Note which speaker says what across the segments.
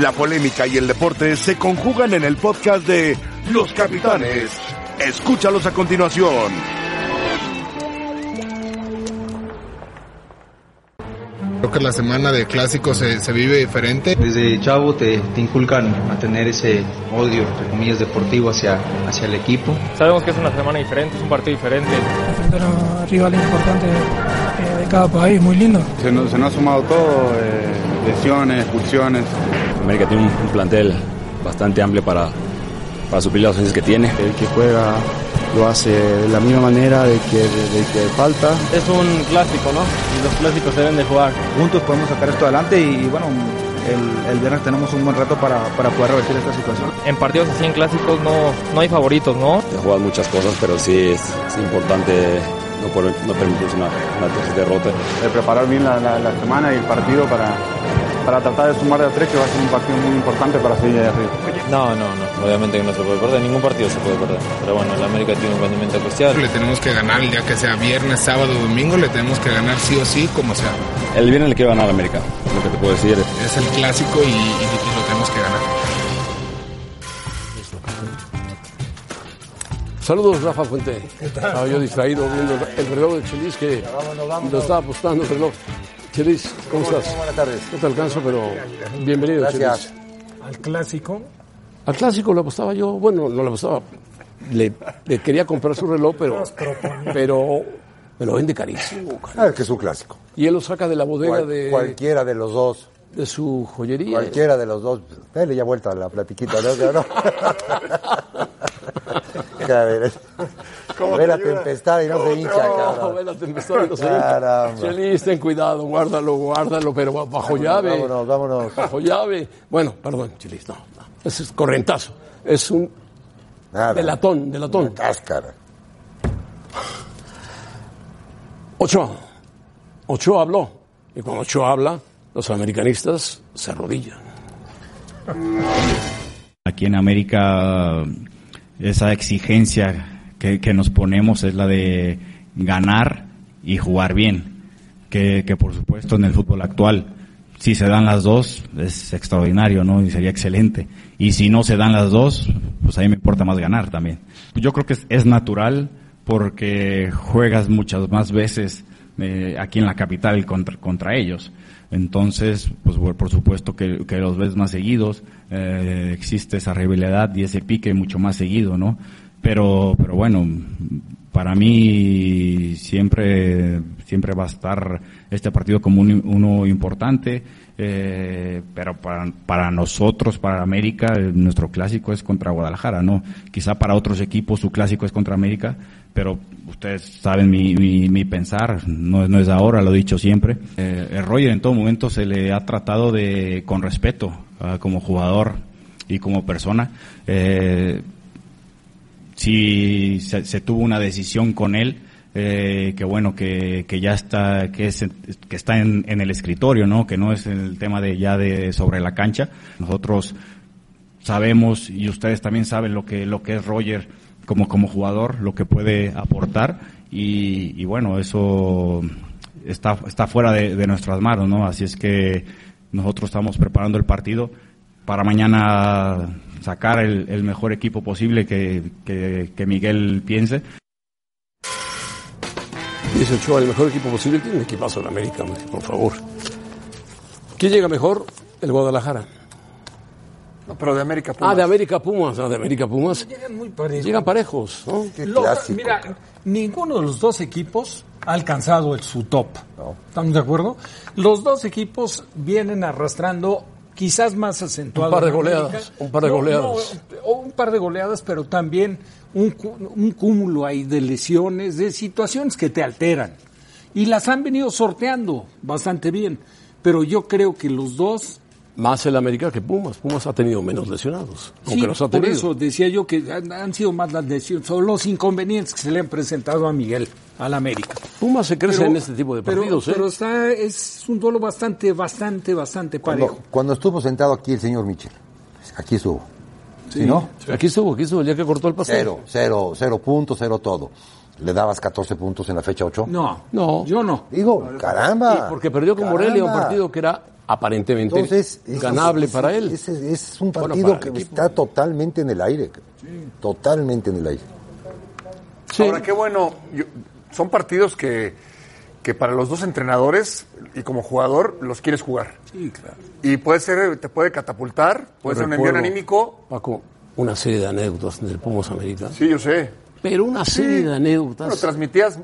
Speaker 1: La polémica y el deporte se conjugan en el podcast de Los Capitanes. Escúchalos a continuación.
Speaker 2: Creo que la semana de clásicos se, se vive diferente.
Speaker 3: Desde chavo te, te, inculcan a tener ese odio, entre comillas, deportivo hacia, hacia el equipo.
Speaker 4: Sabemos que es una semana diferente, es un partido diferente.
Speaker 5: Frente a los rivales importantes eh, de cada país, muy lindo.
Speaker 6: Se nos, se nos ha sumado todo, eh, lesiones, expulsiones.
Speaker 7: América tiene un, un, plantel bastante amplio para, para suplir las ausencias que tiene.
Speaker 8: El que juega lo hace de la misma manera de que, de, de que falta.
Speaker 9: Es un clásico, ¿no? Y los clásicos se deben de jugar.
Speaker 10: Juntos podemos sacar esto adelante y, bueno, el, el viernes tenemos un buen rato para, para poder revertir esta situación.
Speaker 4: En partidos así en clásicos no, no hay favoritos, ¿no?
Speaker 7: Se juegan muchas cosas, pero sí es, es importante no, poder, no permitirse una, una derrota.
Speaker 6: El Eh, preparar bien la, la, la semana y el partido para, para tratar de sumar de a tres, que va a ser un partido muy importante para Sevilla de Arriba.
Speaker 9: No, no, no. Obviamente que no se puede perder. Ningún partido se puede perder. Pero bueno, el América tiene un rendimiento especial.
Speaker 2: Le tenemos que ganar, ya que sea viernes, sábado, domingo, le tenemos que ganar sí o sí, como sea.
Speaker 7: El viernes le quiero ganar a América, lo que te puedo decir.
Speaker 2: Es el clásico y, y, y lo tenemos que ganar.
Speaker 11: Saludos, Rafa Fuente. Estaba yo distraído viendo el reloj de Chelis que lo estaba apostando el reloj. Chelis, ¿cómo estás?
Speaker 12: Buenas tardes.
Speaker 11: No te alcanzo, pero bienvenido,
Speaker 12: Gracias.
Speaker 11: Chelis.
Speaker 12: Al clásico.
Speaker 11: Al clásico lo apostaba yo, bueno, no lo apostaba. Le, le quería comprar su reloj, pero, pero me lo vende carísimo.
Speaker 12: Ah, es que es un clásico.
Speaker 11: Y él lo saca de la bodega Cual, de.
Speaker 12: Cualquiera de los dos.
Speaker 11: De su joyería.
Speaker 12: Cualquiera de los dos. Dale ya vuelta a la platiquita, ¿no? ¿No? a ver, ve la tempestad y no se hincha,
Speaker 11: no, Ve la tempestad y no se hincha. Chelis, ten cuidado, guárdalo, guárdalo, pero bajo vámonos, llave.
Speaker 12: Vámonos, vámonos.
Speaker 11: Bajo llave. Bueno, perdón, Chelis, no. no. Es correntazo. Es un Nada, delatón, delatón.
Speaker 12: Una cáscara.
Speaker 11: Ochoa. Ochoa habló. Y cuando Ochoa habla, los americanistas se arrodillan.
Speaker 13: Aquí en América esa exigencia que, que, nos ponemos es la de ganar y jugar bien, que, que, por supuesto en el fútbol actual, si se dan las dos, es extraordinario, ¿no? Y sería excelente. Y si no se dan las dos, pues a mí me importa más ganar también. Yo creo que es, es natural porque juegas muchas más veces eh, aquí en la capital contra, contra ellos. Entonces, pues por supuesto que, que los ves más seguidos, eh, existe esa rivalidad y ese pique mucho más seguido, ¿no? Pero, pero bueno, para mí siempre, siempre va a estar este partido como un, uno importante, eh, pero para, para nosotros, para América, eh, nuestro clásico es contra Guadalajara, ¿no? Quizá para otros equipos su clásico es contra América, pero ustedes saben mi, mi, mi pensar, no, no es ahora, lo he dicho siempre. Eh, el Roger en todo momento se le ha tratado de, con respeto, uh, como jugador y como persona. Eh, si se, se, tuvo una decisión con él, eh, que bueno, que, que ya está, que, es, que está en, en el escritorio, ¿no? Que no es el tema de ya de sobre la cancha. Nosotros sabemos y ustedes también saben lo que, lo que es Roger como, como jugador, lo que puede aportar y, y bueno, eso está, está fuera de, de, nuestras manos, ¿no? Así es que nosotros estamos preparando el partido para mañana sacar el, el mejor equipo posible que, que, que Miguel piense.
Speaker 11: 18, el mejor equipo posible tiene un equipazo en América, por favor. ¿Quién llega mejor? El Guadalajara.
Speaker 12: No, pero de América Pumas.
Speaker 11: Ah, de América Pumas, ah, de América Pumas. Llegan muy parejos. Llegan parejos, ¿no?
Speaker 12: Qué clásico.
Speaker 14: Mira, ninguno de los dos equipos ha alcanzado el, su top. No. ¿Estamos de acuerdo? Los dos equipos vienen arrastrando quizás más acentuado.
Speaker 11: Un par de goleadas, un par de goleadas.
Speaker 14: No, o un par de goleadas, pero también un, un cúmulo ahí de lesiones, de situaciones que te alteran. Y las han venido sorteando bastante bien. Pero yo creo que los dos
Speaker 11: más el América que Pumas. Pumas ha tenido menos lesionados.
Speaker 14: Sí,
Speaker 11: los ha
Speaker 14: por eso decía yo que han, han sido más las lesiones, son los inconvenientes que se le han presentado a Miguel, al América.
Speaker 11: Pumas se crece pero, en este tipo de partidos.
Speaker 14: Pero,
Speaker 11: ¿eh?
Speaker 14: pero está, es un duelo bastante, bastante, bastante
Speaker 12: cuando,
Speaker 14: parejo.
Speaker 12: Cuando, estuvo sentado aquí el señor Michel, aquí estuvo.
Speaker 11: Sí, ¿Sí no? Sí. Aquí estuvo, aquí estuvo, el día que cortó el paseo.
Speaker 12: Cero, cero, cero puntos, cero todo. ¿Le dabas 14 puntos en la fecha 8?
Speaker 14: No, no, yo no.
Speaker 12: Digo, caramba.
Speaker 11: porque perdió con caramba. Morelia un partido que era aparentemente
Speaker 12: Entonces, eso-
Speaker 11: ganable
Speaker 12: ese-
Speaker 11: para él.
Speaker 12: ese es eh. un
Speaker 11: Bueno,
Speaker 12: partido
Speaker 11: para el
Speaker 12: que
Speaker 11: equipo.
Speaker 12: está totalmente en el aire. cabrón. Totalmente en el aire.
Speaker 15: Ahora, qué bueno. yo- son partidos que, que para los dos entrenadores y como jugador los quieres jugar.
Speaker 14: Sí, claro.
Speaker 15: Y puede ser, te puede catapultar, puede ser un envío
Speaker 11: Recuerdo,
Speaker 15: anímico.
Speaker 11: Paco, una serie de anécdotas del Pumas América.
Speaker 15: Sí, yo sé.
Speaker 11: Pero una serie de anécdotas.
Speaker 15: Bueno, transmitías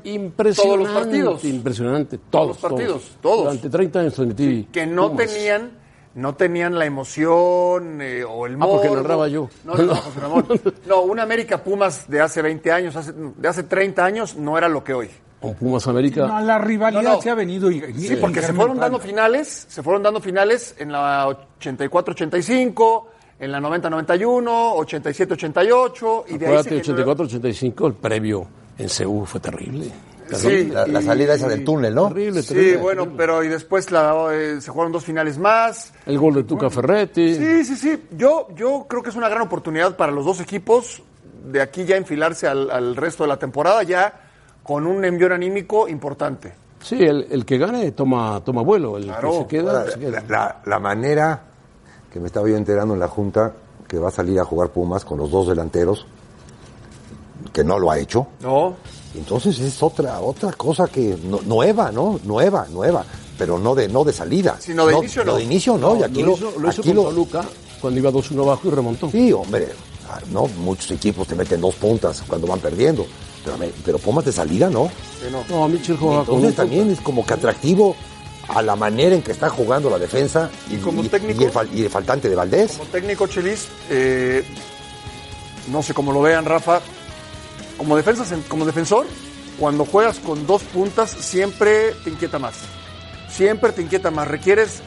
Speaker 15: todos los partidos.
Speaker 11: Impresionante.
Speaker 15: Todos
Speaker 11: Todos,
Speaker 15: los partidos, todos.
Speaker 11: Durante 30 años transmití.
Speaker 15: Que no
Speaker 11: Pumas.
Speaker 15: tenían no tenían la emoción eh, o el
Speaker 11: Ah,
Speaker 15: morbo.
Speaker 11: porque narraba yo.
Speaker 15: No, no, no, José Ramón. No, un América Pumas de hace 20 años, hace- de hace 30 años, no era lo que hoy.
Speaker 11: O Pumas América.
Speaker 14: No, la rivalidad
Speaker 15: No, no.
Speaker 14: se ha venido. y-
Speaker 15: Sí, porque se fueron dando finales, se fueron dando finales en la 84-85, en la 90-91, 87-88 y de ahí se
Speaker 11: Acuérdate,
Speaker 15: generó-
Speaker 11: 84-85, el previo en Seúl fue terrible.
Speaker 15: Sí, La- la salida esa del túnel,
Speaker 11: ¿no? Terrible, terrible.
Speaker 15: Sí, bueno, pero y después la, eh, se jugaron dos finales más.
Speaker 11: El gol de Tuca Ferretti.
Speaker 15: Sí, sí, sí. Yo, yo creo que es una gran oportunidad para los dos equipos de aquí ya enfilarse al, al resto de la temporada ya con un envío anímico importante.
Speaker 11: Sí, el, el que gane toma, toma vuelo. El que se queda,
Speaker 12: Ahora,
Speaker 11: se queda.
Speaker 12: La, la manera que me estaba yo enterando en la Junta que va a salir a jugar Pumas con los dos delanteros, que no lo ha hecho.
Speaker 15: No.
Speaker 12: Entonces es otra, otra cosa que no- nueva, ¿no? Nueva, nueva. Pero no de, no de salida.
Speaker 11: Sino de inicio,
Speaker 12: No
Speaker 11: no.
Speaker 12: de inicio, no.
Speaker 11: No,
Speaker 12: y aquí
Speaker 11: lo
Speaker 12: lo,
Speaker 11: hizo- lo hizo
Speaker 12: aquí
Speaker 11: con Toluca cuando iba 2-1 abajo y remontó.
Speaker 12: Sí, hombre. ah, No, muchos equipos te meten dos puntas cuando van perdiendo. Pero, me- pero Pumas de salida, ¿no?
Speaker 15: no.
Speaker 11: Mitchell juega con
Speaker 12: Entonces
Speaker 11: un Tuca.
Speaker 12: también es como que atractivo a la manera en que está jugando la defensa y, y- y el, fal- y el faltante de Valdés.
Speaker 15: Como técnico Chelis, eh, no sé cómo lo vean, Rafa. Como, defensa, como defensor, cuando juegas con dos puntas, siempre te inquieta más. Siempre te inquieta más. Requieres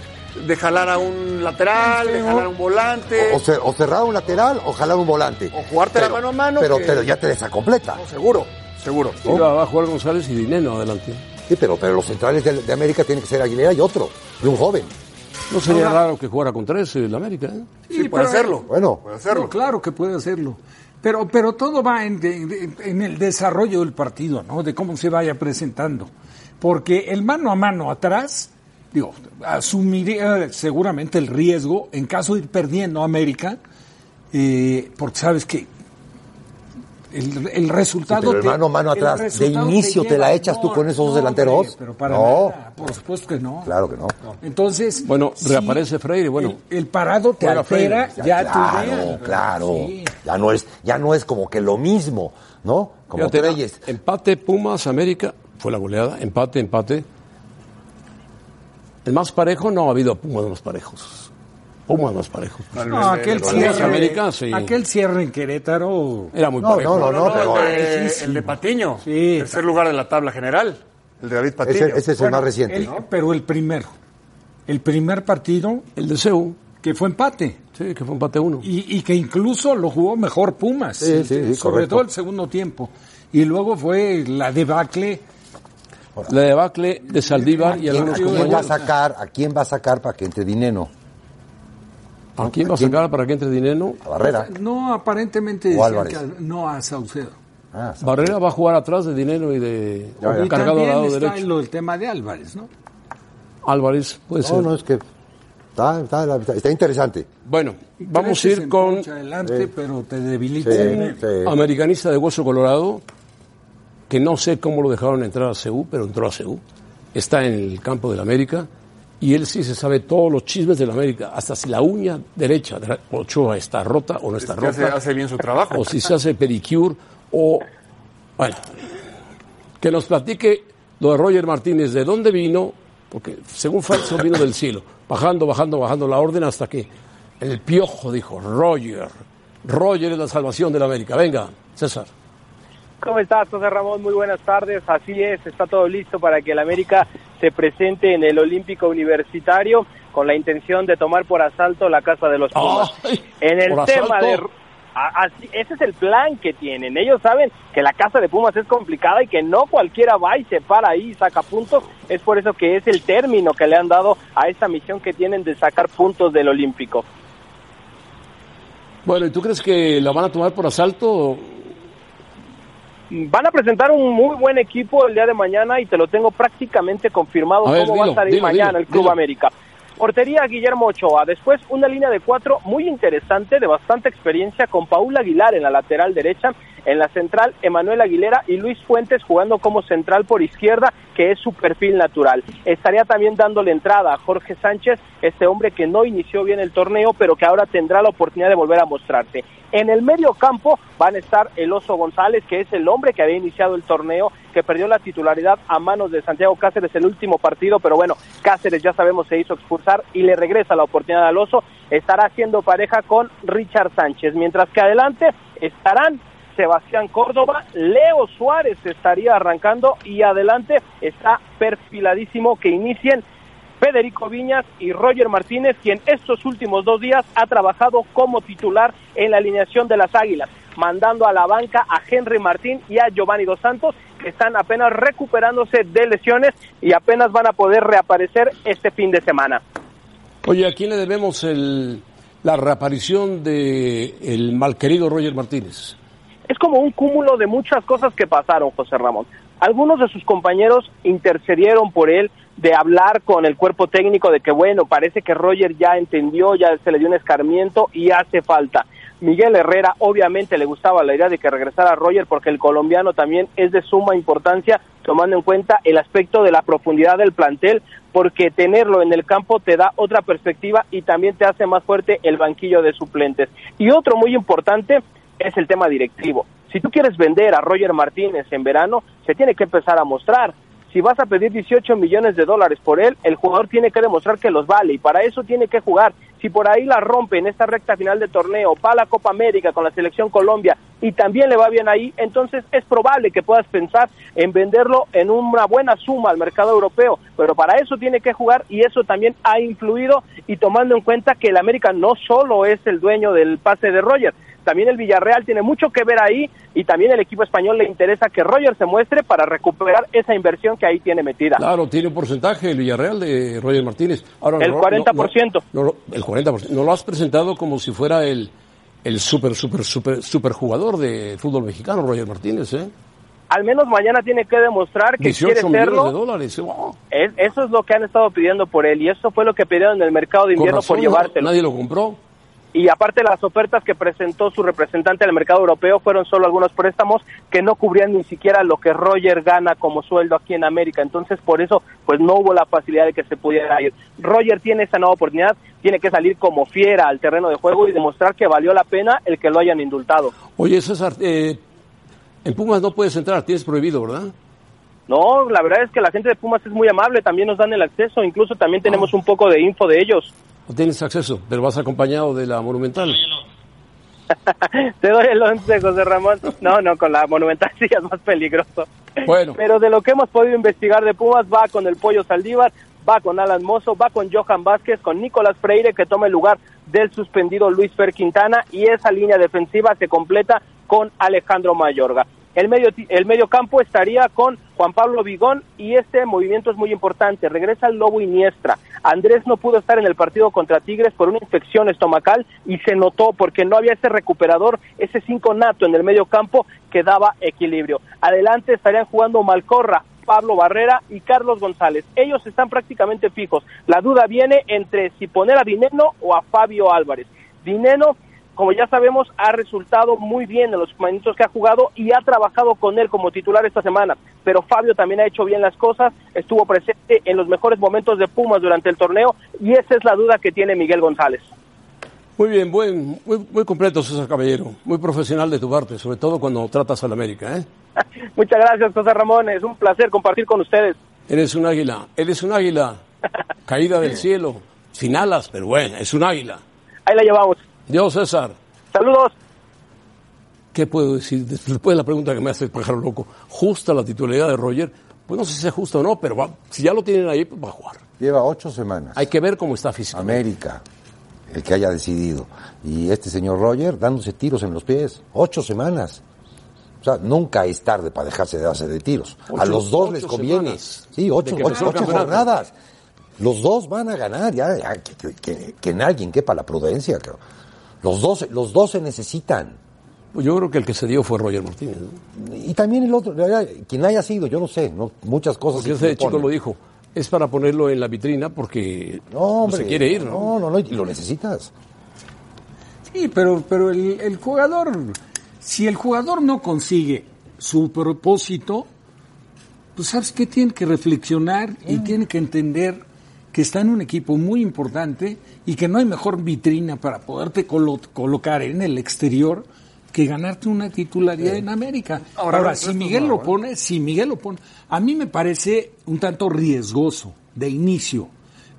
Speaker 15: de jalar a un lateral, de jalar a un volante.
Speaker 12: O, cer- o cerrar un lateral o jalar un volante. O jugarte
Speaker 15: la mano a mano,
Speaker 12: Pero,
Speaker 15: que-
Speaker 12: pero ya te desacompleta.
Speaker 15: seguro, seguro.
Speaker 11: Sí, va va a jugar González y Dineno adelante.
Speaker 12: Sí, pero, pero los centrales de, de América tienen que ser Aguilera y otro, y un joven.
Speaker 11: No sería raro que jugara con tres el América, ¿eh?
Speaker 14: Sí, puede hacerlo.
Speaker 12: Bueno,
Speaker 14: No, claro que puede hacerlo. Pero, pero todo va en, de- de- en el desarrollo del partido, ¿no? De cómo se vaya presentando. Porque el mano a mano atrás, digo, asumiría seguramente el riesgo en caso de ir perdiendo a América, eh, porque sabes que el, el resultado.
Speaker 12: Sí, pero el mano a mano atrás, de
Speaker 14: resultado
Speaker 12: inicio te
Speaker 14: lleva-
Speaker 12: la echas tú con esos dos delanteros.
Speaker 14: hombre, Pero para
Speaker 12: No.
Speaker 14: nada, por supuesto que no.
Speaker 12: Claro que no.
Speaker 14: Entonces.
Speaker 11: Bueno,
Speaker 14: sí,
Speaker 11: reaparece Freire, bueno.
Speaker 14: El, el parado te
Speaker 11: Juega Freire,
Speaker 14: altera
Speaker 11: ya,
Speaker 14: ya tu idea.
Speaker 12: Claro, claro. Ya, no es, ya no es como que lo mismo, ¿no? Como
Speaker 11: Fíjate,
Speaker 12: Treyes.
Speaker 11: Empate Pumas América fue la goleada, empate, empate. El más parejo no ha habido Pumas más parejos. Pumas más parejos.
Speaker 14: No, aquel
Speaker 11: Pumas
Speaker 14: cierre,
Speaker 11: América sí.
Speaker 14: aquel cierre en Querétaro
Speaker 11: Era muy No, parejo. no, no, eh, no, pero-
Speaker 15: el, de, el de Patiño, tercer lugar de la tabla general. El de David Patiño.
Speaker 14: Bueno, el- Pero el primero. El primer partido.
Speaker 11: El de CEU.
Speaker 14: Que fue empate.
Speaker 11: Sí, que fue empate uno.
Speaker 14: Y, y que incluso lo jugó mejor Pumas.
Speaker 12: Sí, sí, sí,
Speaker 14: sobre
Speaker 12: correcto.
Speaker 14: todo el segundo tiempo. Y luego fue la debacle.
Speaker 11: La debacle de Saldívar y
Speaker 12: ¿A quién-
Speaker 11: algunos
Speaker 12: ¿A quién va a
Speaker 11: compañeros.
Speaker 12: sacar? ¿A quién va a sacar para que entre Dineno?
Speaker 11: ¿A quién va a sacar para que entre Dineno?
Speaker 12: A Barrera.
Speaker 14: No, aparentemente
Speaker 11: O
Speaker 14: decían
Speaker 11: Álvarez.
Speaker 14: que al- no a Saucedo.
Speaker 12: Ah,
Speaker 11: Barrera va a jugar atrás de Dineno y de
Speaker 14: Ya, ya. Y
Speaker 11: cargado al
Speaker 14: también
Speaker 11: lado
Speaker 14: está
Speaker 11: derecho.
Speaker 14: en lo del tema de Álvarez, ¿no?
Speaker 11: Álvarez, puede
Speaker 12: no,
Speaker 11: ser.
Speaker 12: no, es que está, está- está- está interesante.
Speaker 11: Bueno, vamos a
Speaker 14: Creces
Speaker 11: ir
Speaker 14: en
Speaker 11: con
Speaker 14: cancha adelante, pero te debilita.
Speaker 11: un americanista de hueso colorado, que no sé cómo lo dejaron entrar a CEU, pero entró a CEU. Está en el campo del América y él sí se sabe todos los chismes del América, hasta si la uña derecha de Ochoa está rota o no está
Speaker 15: que
Speaker 11: rota.
Speaker 15: hace- hace bien su trabajo.
Speaker 11: O si se hace pedicure o... Bueno, que nos platique lo de Roger Martínez, de dónde vino, porque según Falso vino del cielo, bajando, bajando, bajando la orden hasta que el piojo dijo, Roger, Roger es la salvación del América. Venga, César.
Speaker 16: ¿Cómo estás, José Ramón? Muy buenas tardes. Así es, está todo listo para que el América se presente en el Olímpico Universitario con la intención de tomar por asalto la casa de los Pumas. en el
Speaker 17: por
Speaker 16: tema
Speaker 17: asalto.
Speaker 16: de a- así- ese es el plan que tienen. Ellos saben que la casa de Pumas es complicada y que no cualquiera va y se para ahí y saca puntos. Es por eso que es el término que le han dado a esta misión que tienen de sacar puntos del Olímpico.
Speaker 11: Bueno, ¿y tú crees que la van a tomar por asalto?
Speaker 16: Van a presentar un muy buen equipo el día de mañana y te lo tengo prácticamente confirmado
Speaker 11: A ver,
Speaker 16: cómo va
Speaker 11: dilo,
Speaker 16: a salir
Speaker 11: dilo,
Speaker 16: mañana
Speaker 11: dilo,
Speaker 16: el Club
Speaker 11: dilo.
Speaker 16: América. Portería Guillermo Ochoa. Después una línea de cuatro muy interesante, de bastante experiencia, con Paul Aguilar en la lateral derecha, en la central Emanuel Aguilera y Luis Fuentes jugando como central por izquierda, que es su perfil natural. Estaría también dándole entrada a Jorge Sánchez, este hombre que no inició bien el torneo, pero que ahora tendrá la oportunidad de volver a mostrarse. En el medio campo van a estar el Oso González, que es el hombre que había iniciado el torneo, que perdió la titularidad a manos de Santiago Cáceres el último partido, pero bueno, Cáceres ya sabemos se hizo expulsar y le regresa la oportunidad al Oso. Estará haciendo pareja con Richard Sánchez, mientras que adelante estarán Sebastián Córdoba, Leo Suárez estaría arrancando y adelante está perfiladísimo que inicien Federico Viñas y Roger Martínez, quien estos últimos dos días ha trabajado como titular en la alineación de las Águilas, mandando a la banca a Henry Martín y a Giovanni Dos Santos, que están apenas recuperándose de lesiones y apenas van a poder reaparecer este fin de semana.
Speaker 11: Oye, ¿a quién le debemos el, la reaparición de el malquerido Roger Martínez?
Speaker 16: es como un cúmulo de muchas cosas que pasaron, José Ramón. Algunos de sus compañeros intercedieron por él de hablar con el cuerpo técnico de que, bueno, parece que Roger ya entendió, ya se le dio un escarmiento y hace falta. Miguel Herrera obviamente le gustaba la idea de que regresara Roger porque el colombiano también es de suma importancia tomando en cuenta el aspecto de la profundidad del plantel porque tenerlo en el campo te da otra perspectiva y también te hace más fuerte el banquillo de suplentes. Y otro muy importante es el tema directivo. Si tú quieres vender a Roger Martínez en verano, se tiene que empezar a mostrar. Si vas a pedir 18 millones de dólares por él, el jugador tiene que demostrar que los vale y para eso tiene que jugar. Si por ahí la rompe en esta recta final de torneo, va a la Copa América con la selección Colombia y también le va bien ahí, entonces es probable que puedas pensar en venderlo en una buena suma al mercado europeo. Pero para eso tiene que jugar y eso también ha influido y tomando en cuenta que el América no solo es el dueño del pase de Roger, también el Villarreal tiene mucho que ver ahí y también el equipo español le interesa que Roger se muestre para recuperar esa inversión que ahí tiene metida.
Speaker 11: Claro, tiene un porcentaje el Villarreal de Roger Martínez. Ahora,
Speaker 16: El
Speaker 11: no- no-
Speaker 16: 40%.
Speaker 11: no- no- el 40%. No lo has presentado como si fuera el, el super, super, super, super jugador de fútbol mexicano, Roger Martínez, ¿eh?
Speaker 16: Al menos mañana tiene que demostrar que
Speaker 11: 18
Speaker 16: quiere
Speaker 11: millones
Speaker 16: serlo.
Speaker 11: de dólares. ¿eh? Wow.
Speaker 16: Es- eso es lo que han estado pidiendo por él y eso fue lo que pidieron en el mercado de
Speaker 11: Con
Speaker 16: invierno
Speaker 11: razón,
Speaker 16: por
Speaker 11: no-
Speaker 16: llevártelo.
Speaker 11: Nadie lo compró.
Speaker 16: Y aparte las ofertas que presentó su representante en el mercado europeo fueron solo algunos préstamos que no cubrían ni siquiera lo que Roger gana como sueldo aquí en América. Entonces por eso pues no hubo la facilidad de que se pudiera ir. Roger tiene esa nueva oportunidad, tiene que salir como fiera al terreno de juego y demostrar que valió la pena el que lo hayan indultado.
Speaker 11: Oye, César, eh, en Pumas no puedes entrar, tienes prohibido, ¿verdad?
Speaker 16: No, la verdad es que la gente de Pumas es muy amable, también nos dan el acceso, incluso también
Speaker 11: Ah.
Speaker 16: tenemos un poco de info de ellos.
Speaker 11: No tienes acceso, pero vas acompañado de la Monumental.
Speaker 16: Te doy el 11, José Ramón. No, no, con la Monumental sí es más peligroso.
Speaker 11: Bueno.
Speaker 16: Pero de lo que hemos podido investigar de Pumas, va con el Pollo Saldívar, va con Alan Mozo, va con Johan Vázquez, con Nicolás Freire, que toma el lugar del suspendido Luis Fer Quintana, y esa línea defensiva se completa con Alejandro Mayorga. El medio, ti- el medio campo estaría con Juan Pablo Vigón y este movimiento es muy importante. Regresa el Lobo Iniestra. Andrés no pudo estar en el partido contra Tigres por una infección estomacal y se notó porque no había ese recuperador, ese cinco nato en el medio campo que daba equilibrio. Adelante estarían jugando Malcorra, Pablo Barrera y Carlos González. Ellos están prácticamente fijos. La duda viene entre si poner a Dineno o a Fabio Álvarez. Dineno como ya sabemos, ha resultado muy bien en los minutos que ha jugado y ha trabajado con él como titular esta semana. Pero Fabio también ha hecho bien las cosas, estuvo presente en los mejores momentos de Pumas durante el torneo y esa es la duda que tiene Miguel González.
Speaker 11: Muy bien, buen, muy, muy completo, César Caballero. Muy profesional de tu parte, sobre todo cuando tratas al América, ¿eh?
Speaker 16: Muchas gracias, José Ramón. Es un placer compartir con ustedes.
Speaker 11: Eres un águila, eres un águila, caída del cielo, sin alas, pero bueno, es un águila.
Speaker 16: Ahí la llevamos.
Speaker 11: Dios, César.
Speaker 16: Saludos.
Speaker 11: ¿Qué puedo decir después de la pregunta que me hace el pájaro loco? ¿Justa la titularidad de Roger? Pues no sé si es justa o no, pero va- si ya lo tienen ahí, pues va a jugar.
Speaker 12: Lleva ocho semanas.
Speaker 11: Hay que ver cómo está físicamente.
Speaker 12: América, el que haya decidido. Y este señor Roger dándose tiros en los pies. Ocho semanas. O sea, nunca es tarde para dejarse de darse de tiros. a
Speaker 11: Ocho-
Speaker 12: los dos
Speaker 11: ocho
Speaker 12: les conviene.
Speaker 11: semanas.
Speaker 12: Sí,
Speaker 11: De
Speaker 12: ocho,
Speaker 11: que
Speaker 12: ocho-
Speaker 11: empezó el
Speaker 12: ocho
Speaker 11: campeonato.
Speaker 12: jornadas. Los dos van a ganar. Ya, ya, que, que- que- que en alguien quepa la prudencia. cabrón. Los dos, los dos se necesitan.
Speaker 11: Pues yo creo que el que se dio fue Roger Martínez. ¿no?
Speaker 12: Y también el otro, la verdad, quien haya sido, yo no sé, no, muchas cosas.
Speaker 11: Porque
Speaker 12: se
Speaker 11: ese chico
Speaker 12: suponen.
Speaker 11: lo dijo. es para ponerlo en la vitrina porque no,
Speaker 12: hombre,
Speaker 11: se quiere ir, ¿no?
Speaker 12: No, no, y lo necesitas.
Speaker 14: Sí, pero, pero el, el jugador, si el jugador no consigue su propósito, pues sabes que tiene que reflexionar y tiene que entender que está en un equipo muy importante y que no hay mejor vitrina para poderte colo- colocar en el exterior que ganarte una titularidad en América.
Speaker 15: Ahora,
Speaker 14: Ahora,
Speaker 15: pero
Speaker 14: ¿eh?
Speaker 15: esto
Speaker 14: si
Speaker 15: es
Speaker 14: Miguel
Speaker 15: nuevo,
Speaker 14: lo pone, si Miguel lo pone, a mí me parece un tanto riesgoso de inicio,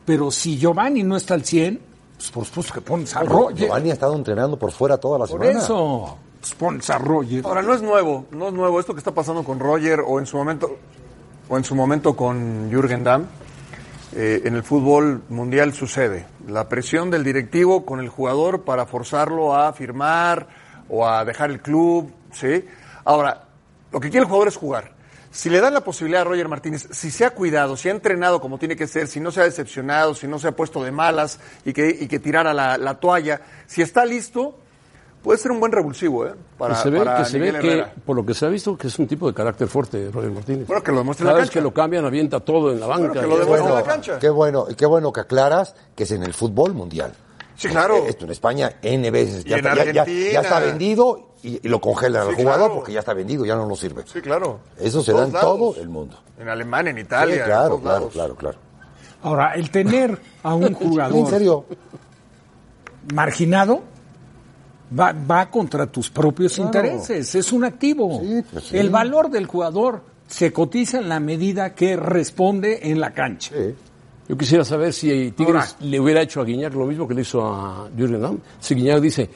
Speaker 14: pero si Giovanni no está al 100, pues por supuesto que pones a Roger.
Speaker 12: Giovanni ha estado entrenando por fuera toda la
Speaker 14: Por
Speaker 12: semana.
Speaker 14: eso, pues pones a Roger.
Speaker 15: Ahora, no es nuevo, no es nuevo esto que está pasando con Roger o en su momento, o en su momento con Jürgen Damm. eh, en el fútbol mundial sucede. La presión del directivo con el jugador para forzarlo a firmar o a dejar el club, ¿sí? Ahora, lo que quiere el jugador es jugar. Si le dan la posibilidad a Roger Martínez, si se ha cuidado, si ha entrenado como tiene que ser, si no se ha decepcionado, si no se ha puesto de malas y que, y que tirara la, la toalla, si está listo, puede ser un buen revulsivo, ¿eh? Para,
Speaker 11: que se ve,
Speaker 15: para
Speaker 11: que, se ve
Speaker 15: Miguel
Speaker 11: que,
Speaker 15: Herrera.
Speaker 11: por lo que se ha visto, que es un tipo de carácter fuerte, Roger Martínez.
Speaker 15: Bueno, que lo demuestre en la
Speaker 11: Cada vez
Speaker 15: cancha.
Speaker 11: que lo cambian, avienta todo en la banca.
Speaker 15: que lo
Speaker 11: Y-
Speaker 15: demuestre en la
Speaker 11: Bueno,
Speaker 15: cancha.
Speaker 12: Qué bueno, y qué bueno que aclaras que es en el fútbol mundial.
Speaker 15: Sí, claro.
Speaker 12: Esto en España N veces.
Speaker 15: Y
Speaker 12: Ya,
Speaker 15: en
Speaker 12: está- ya- ya-
Speaker 15: Argentina.
Speaker 12: ya está vendido y, y lo congelan
Speaker 15: Sí,
Speaker 12: al jugador
Speaker 15: claro.
Speaker 12: porque ya está vendido, ya no nos sirve.
Speaker 15: Sí, claro.
Speaker 12: Eso se da en
Speaker 15: Todos lados.
Speaker 12: todo el mundo.
Speaker 15: En Alemania, en Italia.
Speaker 12: Sí,
Speaker 15: en
Speaker 12: claro,
Speaker 15: todos
Speaker 12: claro,
Speaker 15: lados.
Speaker 12: claro, claro.
Speaker 14: Ahora, el tener a un jugador
Speaker 12: En serio.
Speaker 14: marginado va, va contra tus propios
Speaker 12: Claro.
Speaker 14: intereses, es un activo.
Speaker 12: pues sí.
Speaker 14: El valor del jugador se cotiza en la medida que responde en la cancha.
Speaker 11: Yo quisiera saber si Tigres
Speaker 14: Ahora.
Speaker 11: le hubiera hecho a Guiñac lo mismo que le hizo a Jürgen Damm. Si Guiñac dice,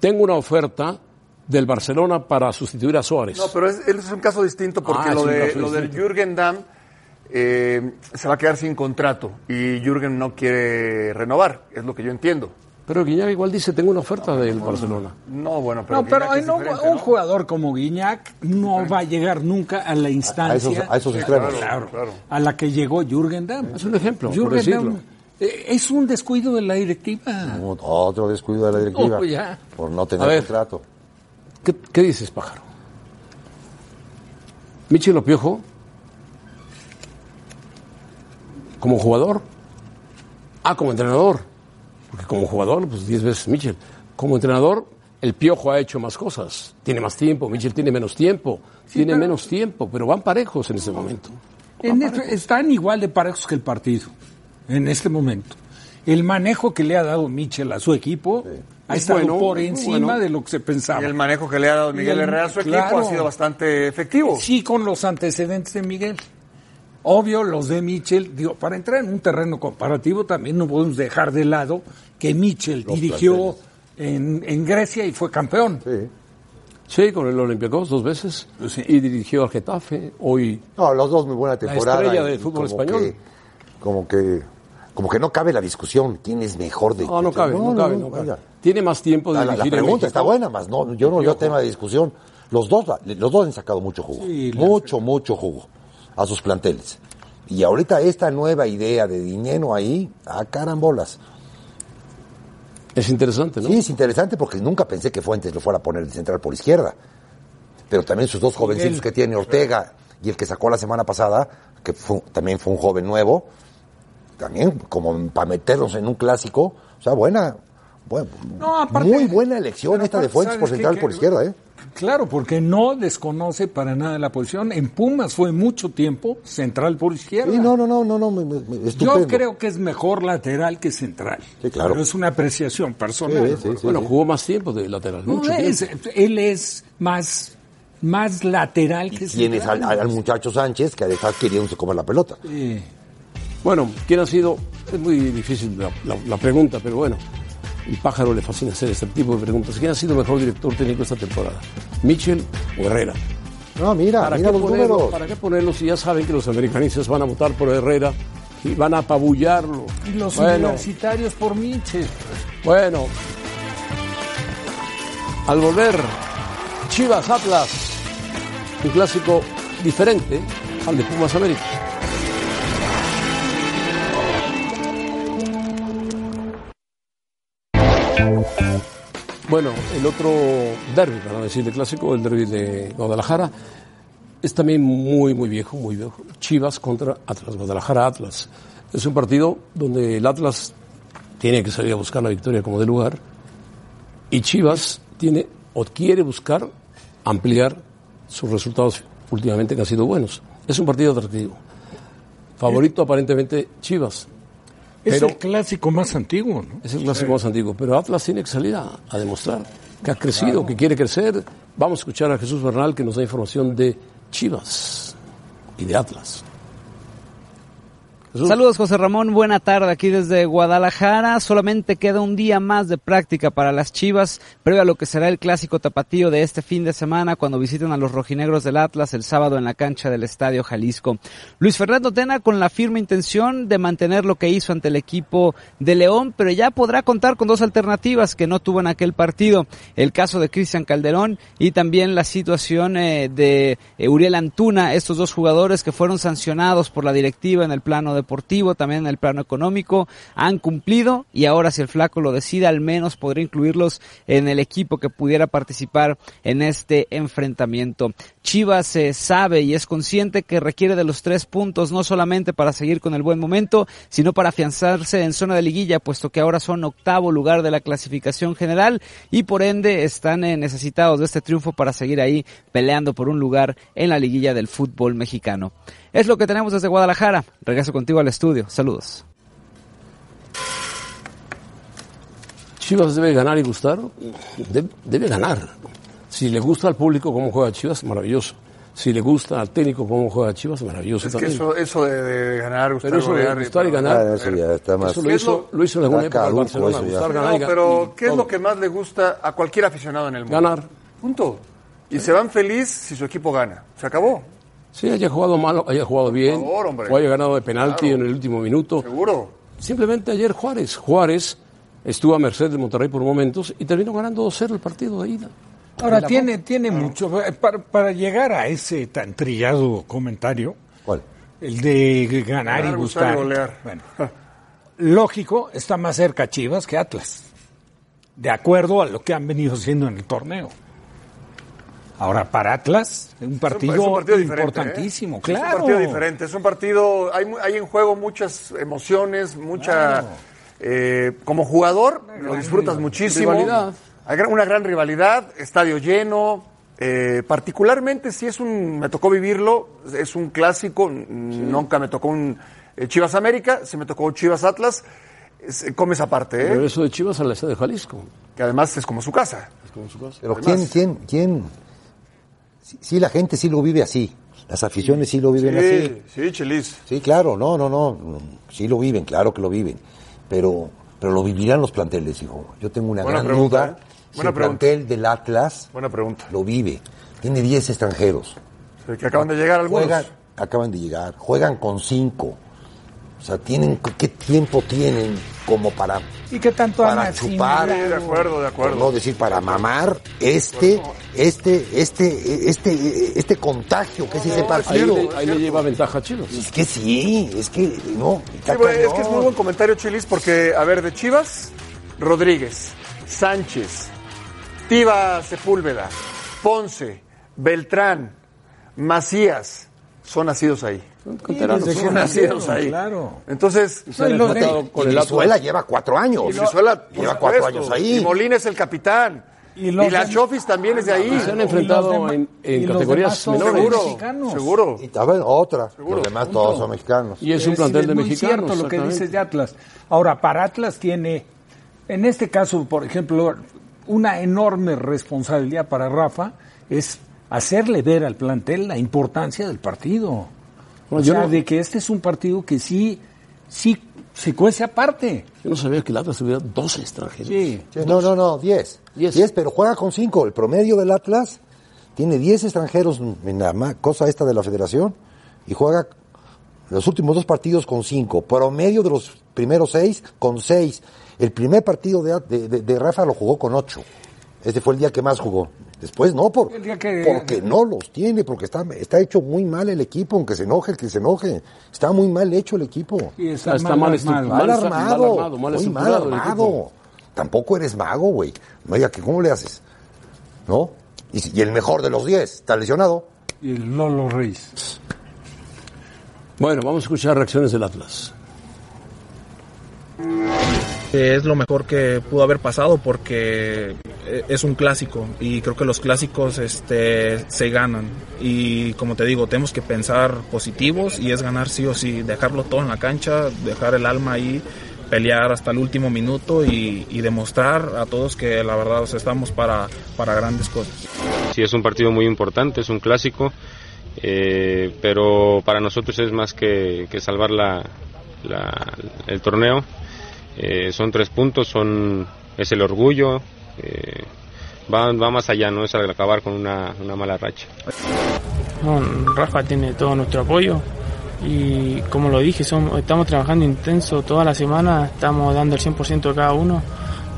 Speaker 11: tengo una oferta del Barcelona para sustituir a Suárez.
Speaker 15: No, pero es, él es un caso distinto porque
Speaker 11: Ah,
Speaker 15: lo,
Speaker 11: es un
Speaker 15: de,
Speaker 11: caso
Speaker 15: lo del
Speaker 11: distinto.
Speaker 15: Jürgen Damm eh, se va a quedar sin contrato y Jürgen no quiere renovar, es lo que yo entiendo.
Speaker 11: Pero Guiñac igual dice, tengo una oferta del Barcelona.
Speaker 15: No, bueno, pero.
Speaker 14: No, pero
Speaker 15: Guiñac es
Speaker 14: en un,
Speaker 15: diferente,
Speaker 14: un
Speaker 15: ¿no?
Speaker 14: jugador como Guiñac no va a llegar nunca a la instancia.
Speaker 12: a esos
Speaker 14: Sí,
Speaker 12: extremos.
Speaker 14: claro,
Speaker 12: Claro.
Speaker 14: A la que llegó Jürgen Damm. Es un ejemplo.
Speaker 12: por
Speaker 14: Jürgen
Speaker 12: decirlo.
Speaker 14: Damm eh, es un descuido de la directiva.
Speaker 12: Como Otro descuido de la directiva
Speaker 14: No, ya.
Speaker 12: por no
Speaker 11: A
Speaker 12: tener
Speaker 11: ver.
Speaker 12: contrato.
Speaker 11: ¿Qué, qué dices, pájaro? Michel Opiojo, como jugador, ah, como entrenador, porque como jugador, pues 10 veces Michel. Como entrenador, el Piojo ha hecho más cosas, tiene más tiempo, Michel tiene menos tiempo, tiene menos tiempo, pero van parejos en ese momento.
Speaker 14: En esto- están igual de parejos que el partido en este momento. El manejo que le ha dado Michel a su equipo ha
Speaker 15: Es
Speaker 14: estado
Speaker 15: bueno,
Speaker 14: por
Speaker 15: es
Speaker 14: encima
Speaker 15: bueno.
Speaker 14: de lo que se pensaba.
Speaker 15: Y el manejo que le ha dado Miguel
Speaker 14: Y el-
Speaker 15: Herrera a su
Speaker 14: claro.
Speaker 15: equipo ha sido bastante efectivo.
Speaker 14: Sí, con los antecedentes de Miguel. Obvio, los de Michel, digo, para entrar en un terreno comparativo también no podemos dejar de lado que Michel
Speaker 11: Los
Speaker 14: dirigió en, en Grecia y fue campeón.
Speaker 11: Sí, con el Olympiacos dos veces
Speaker 12: Pues
Speaker 11: y dirigió al Getafe, hoy
Speaker 12: No, los dos muy buena temporada.
Speaker 11: estrella
Speaker 12: y-
Speaker 11: del
Speaker 12: y
Speaker 11: fútbol
Speaker 12: como
Speaker 11: español.
Speaker 12: que- como que como que no cabe la discusión quién es mejor de
Speaker 11: No, no cabe, no, cabe, no cabe.
Speaker 12: vaya.
Speaker 11: Tiene más tiempo de
Speaker 12: La, la
Speaker 11: dirigir en
Speaker 12: pregunta
Speaker 11: México.
Speaker 12: está buena, más no yo no veo tema de discusión. Los dos la- los dos han sacado mucho jugo. mucho mucho jugo a sus planteles. Y ahorita esta nueva idea de dinero ahí, a carambolas.
Speaker 11: Es interesante, ¿no?
Speaker 12: Sí, es interesante porque nunca pensé que Fuentes lo fuera a poner de central por izquierda. Pero también sus dos jovencitos que tiene Ortega y el que sacó la semana pasada, que fue- también fue un joven nuevo, también como para meternos en un clásico, o sea, buena, buen-
Speaker 14: No, aparte-
Speaker 12: muy buena elección
Speaker 14: pero
Speaker 12: esta de
Speaker 14: aparte,
Speaker 12: Fuentes por
Speaker 14: ¿sabes qué?
Speaker 12: central
Speaker 14: Que-
Speaker 12: por izquierda, ¿eh?
Speaker 14: Claro, porque no desconoce para nada la posición. En Pumas fue mucho tiempo central por izquierda.
Speaker 12: Sí, no, no, no, no, no, me- me- me- estupendo.
Speaker 14: Yo creo que es mejor lateral que central.
Speaker 12: Sí, claro.
Speaker 14: Pero es una apreciación personal.
Speaker 11: bueno, jugó más tiempo de lateral,
Speaker 14: No,
Speaker 11: mucho
Speaker 14: es-
Speaker 11: tiempo.
Speaker 14: él es más, más lateral que
Speaker 12: Tienes al,
Speaker 14: central.
Speaker 12: al muchacho Sánchez que además queriéndose comer la pelota.
Speaker 14: Sí.
Speaker 11: Bueno, ¿quién ha sido? Es muy difícil la, la- la pregunta, pero bueno, el pájaro le fascina hacer este tipo de preguntas. ¿Quién ha sido mejor director técnico esta temporada? ¿Michel o Herrera?
Speaker 12: No, mira,
Speaker 11: ¿Para,
Speaker 12: mira
Speaker 11: qué
Speaker 12: los
Speaker 11: ponerlo,
Speaker 12: números.
Speaker 11: ¿Para qué ponerlo si ya saben que los americanistas van a votar por Herrera y van a apabullarlo?
Speaker 14: Y los
Speaker 11: bueno,
Speaker 14: universitarios por Michel.
Speaker 11: bueno. Al volver, Chivas Atlas, un clásico diferente al de Pumas América. Bueno, el otro derby, para decir de clásico, el derby de Guadalajara, es también muy, muy viejo, muy viejo. Chivas contra Atlas, Guadalajara Atlas. Es un partido donde el Atlas tiene que salir a buscar la victoria como de lugar y Chivas tiene o quiere buscar ampliar sus resultados últimamente que han sido buenos. Es un partido atractivo. Favorito aparentemente Chivas.
Speaker 14: Es
Speaker 11: Pero-
Speaker 14: el clásico más antiguo, ¿no?
Speaker 11: Es el clásico más antiguo, pero Atlas tiene que salir a, a demostrar que ha crecido, que quiere crecer. Vamos a escuchar a Jesús Bernal que nos da información de Chivas y de Atlas.
Speaker 17: Saludos José Ramón, buena tarde aquí desde Guadalajara. Solamente queda un día más de práctica para las Chivas, previo a lo que será el clásico tapatío de este fin de semana cuando visiten a los rojinegros del Atlas el sábado en la cancha del Estadio Jalisco. Luis Fernando Tena con la firme intención de mantener lo que hizo ante el equipo de León, pero ya podrá contar con dos alternativas que no tuvo en aquel partido. El caso de Cristian Calderón y también la situación eh, de eh, Uriel Antuna, estos dos jugadores que fueron sancionados por la directiva en el plano deportivo, también en el plano económico, han cumplido y ahora si el flaco lo decide, al menos podría incluirlos en el equipo que pudiera participar en este enfrentamiento. Chivas eh, sabe y es consciente que requiere de los tres puntos, no solamente para seguir con el buen momento, sino para afianzarse en zona de liguilla, puesto que ahora son octavo lugar de la clasificación general y por ende están eh, necesitados de este triunfo para seguir ahí peleando por un lugar en la liguilla del fútbol mexicano. Es lo que tenemos desde Guadalajara. Regreso contigo al estudio. Saludos.
Speaker 11: Chivas debe ganar y gustar, de- debe ganar. Si le gusta al público cómo juega Chivas, maravilloso. Si le gusta al técnico cómo juega Chivas, maravilloso
Speaker 15: Es que
Speaker 11: también.
Speaker 15: eso, eso de, de ganar, gustar,
Speaker 11: Pero eso de
Speaker 15: golear y-
Speaker 11: gustar y ganar,
Speaker 12: Ah, eso ya está más-
Speaker 11: eso lo, hizo, lo hizo en alguna
Speaker 12: Está
Speaker 11: época el
Speaker 12: caduco
Speaker 11: Barcelona,
Speaker 12: eso ya.
Speaker 11: gustar, ganar
Speaker 15: No,
Speaker 11: y ga-
Speaker 15: pero
Speaker 11: y
Speaker 15: ¿qué es
Speaker 11: todo.
Speaker 15: lo que más le gusta a cualquier aficionado en el mundo?
Speaker 11: Ganar.
Speaker 15: Punto. Y se van feliz si su equipo gana. Se acabó.
Speaker 11: Sí, haya jugado malo, haya jugado bien,
Speaker 15: favor, hombre.
Speaker 11: o haya ganado de penalti en el último minuto.
Speaker 15: Seguro.
Speaker 11: Simplemente ayer Juárez. Juárez estuvo a merced de Monterrey por momentos y terminó ganando 2-0 el partido de ida.
Speaker 14: Ahora,
Speaker 11: De la
Speaker 14: tiene, tiene mucho. eh, Para, para llegar a ese tan trillado comentario.
Speaker 12: ¿Cuál?
Speaker 14: El de ganar,
Speaker 15: Ganar,
Speaker 14: y
Speaker 15: gustar
Speaker 14: gustar.
Speaker 15: y golear.
Speaker 14: Bueno, lógico, está más cerca Chivas que Atlas. De acuerdo a lo que han venido siendo en el torneo. Ahora, para Atlas, un partido,
Speaker 15: diferente,
Speaker 14: importantísimo,
Speaker 15: ¿eh?
Speaker 14: claro.
Speaker 15: Es un partido diferente, es un partido, hay, mu- hay en juego muchas emociones, mucha... eh, como jugador lo disfrutas muchísimo.
Speaker 11: rivalidad.
Speaker 15: Hay gran- una gran rivalidad, estadio lleno. eh, particularmente si es un, me tocó vivirlo, es un clásico, n- nunca me tocó un eh, Chivas América, se me tocó Chivas Atlas, es- comes aparte,
Speaker 11: El
Speaker 15: ¿eh?
Speaker 11: regreso de Chivas a la ciudad de Jalisco.
Speaker 15: que además es como su casa.
Speaker 12: Pero
Speaker 15: Además-
Speaker 12: ¿quién, quién, quién? Sí, sí, la gente sí lo vive así. Las aficiones sí lo viven así.
Speaker 15: Sí, sí, Chelis.
Speaker 12: Sí, claro, no, no, no. Pues, Sí lo viven, claro que lo viven. Pero, pero lo vivirán los planteles, hijo. Yo tengo una
Speaker 15: Buena
Speaker 12: gran
Speaker 15: pregunta,
Speaker 12: duda.
Speaker 15: ¿eh?
Speaker 12: si
Speaker 15: Buena
Speaker 12: el
Speaker 15: pregunta.
Speaker 12: plantel del Atlas
Speaker 15: Buena pregunta.
Speaker 12: lo vive. Tiene 10 extranjeros.
Speaker 15: que acaban de llegar algunos.
Speaker 12: Juegan- acaban de llegar. Juegan con 5. O sea, tienen, ¿qué tiempo tienen como para,
Speaker 5: ¿Y qué tanto han
Speaker 12: para chupar?
Speaker 5: asimilado?
Speaker 15: de
Speaker 12: Por no decir para mamar este, este, este, este, este contagio que es ese
Speaker 11: Ahí,
Speaker 12: partido.
Speaker 11: le, ahí le lleva ventaja a Chivas.
Speaker 12: Es que sí, es que no. está
Speaker 15: Sí, bueno, es
Speaker 12: cañón.
Speaker 15: que es muy buen comentario, Chilis, porque, a ver, de Chivas, Rodríguez, Sánchez, Tiva Sepúlveda, Ponce, Beltrán, Macías, son nacidos ahí.
Speaker 11: canteranos.
Speaker 15: Sí, son nacidos ahí.
Speaker 14: Claro.
Speaker 15: Entonces,
Speaker 11: Y se han enfrentado con
Speaker 12: Y
Speaker 11: el
Speaker 12: Brizuela
Speaker 11: Atlas.
Speaker 12: lleva cuatro años.
Speaker 15: Y Brizuela, por
Speaker 12: lleva cuatro años
Speaker 15: supuesto.
Speaker 12: ahí.
Speaker 15: Y Molina es el capitán. Y,
Speaker 12: los
Speaker 15: la
Speaker 12: dem- Ah,
Speaker 15: Chofis también es de ahí.
Speaker 11: Y se han enfrentado en, en categorías menores.
Speaker 15: Seguro, seguro.
Speaker 12: Y a ver, otra. Los demás todos son mexicanos.
Speaker 11: Y es
Speaker 14: Es
Speaker 11: un plantel
Speaker 14: decir,
Speaker 11: de
Speaker 14: es muy
Speaker 11: mexicanos.
Speaker 14: cierto lo que
Speaker 11: exactamente.
Speaker 14: dices de Atlas. Ahora, para Atlas tiene, en este caso, por ejemplo, una enorme responsabilidad para Rafa es hacerle ver al plantel la importancia del partido. o
Speaker 11: Bueno, yo
Speaker 14: sea,
Speaker 11: no-
Speaker 14: de que este es un partido que sí, sí se cuece aparte.
Speaker 11: Yo no sabía que el Atlas tuviera 12 extranjeros.
Speaker 14: Sí.
Speaker 12: Sí, No, no, no, 10. 10, pero juega con 5. El promedio del Atlas tiene 10 extranjeros, en la ma- cosa esta de la federación, y juega los últimos dos partidos con 5. Promedio de los primeros 6 con 6. El primer partido de, At- de, de- de Rafa lo jugó con 8. Ese fue el día que más jugó. Después no, por,
Speaker 14: El día que-
Speaker 12: porque no los tiene, porque está, está hecho muy mal el equipo, aunque se enoje el que se enoje. Está muy mal hecho el equipo.
Speaker 14: Y
Speaker 11: está Ah, Está mal mal estu- armado. mal
Speaker 12: Mal
Speaker 11: está- mal
Speaker 12: armado.
Speaker 11: armado, mal
Speaker 12: muy mal
Speaker 11: estructurado el
Speaker 12: armado.
Speaker 11: equipo.
Speaker 12: Tampoco eres mago, güey. No, oiga, que ¿cómo le haces? ¿No? Y, si- y el mejor de los 10 está lesionado.
Speaker 14: y el Lolo Reyes.
Speaker 11: Bueno, vamos a escuchar reacciones del Atlas.
Speaker 18: que es lo mejor que pudo haber pasado porque eh, es un clásico y creo que los clásicos este, se ganan y como te digo tenemos que pensar positivos y es ganar sí o sí dejarlo todo en la cancha dejar el alma ahí pelear hasta el último minuto y, y demostrar a todos que la verdad o sea, estamos para, para grandes cosas
Speaker 19: Sí, es un partido muy importante, es un clásico, eh, pero para nosotros es más que, que salvar la- la- el torneo. Eh, son tres puntos, son, es el orgullo, eh, va, va más allá, no es al acabar con una, una mala racha.
Speaker 20: No, Rafa tiene todo nuestro apoyo y como lo dije, somos- estamos trabajando intenso toda la semana, estamos dando el 100% de cada uno.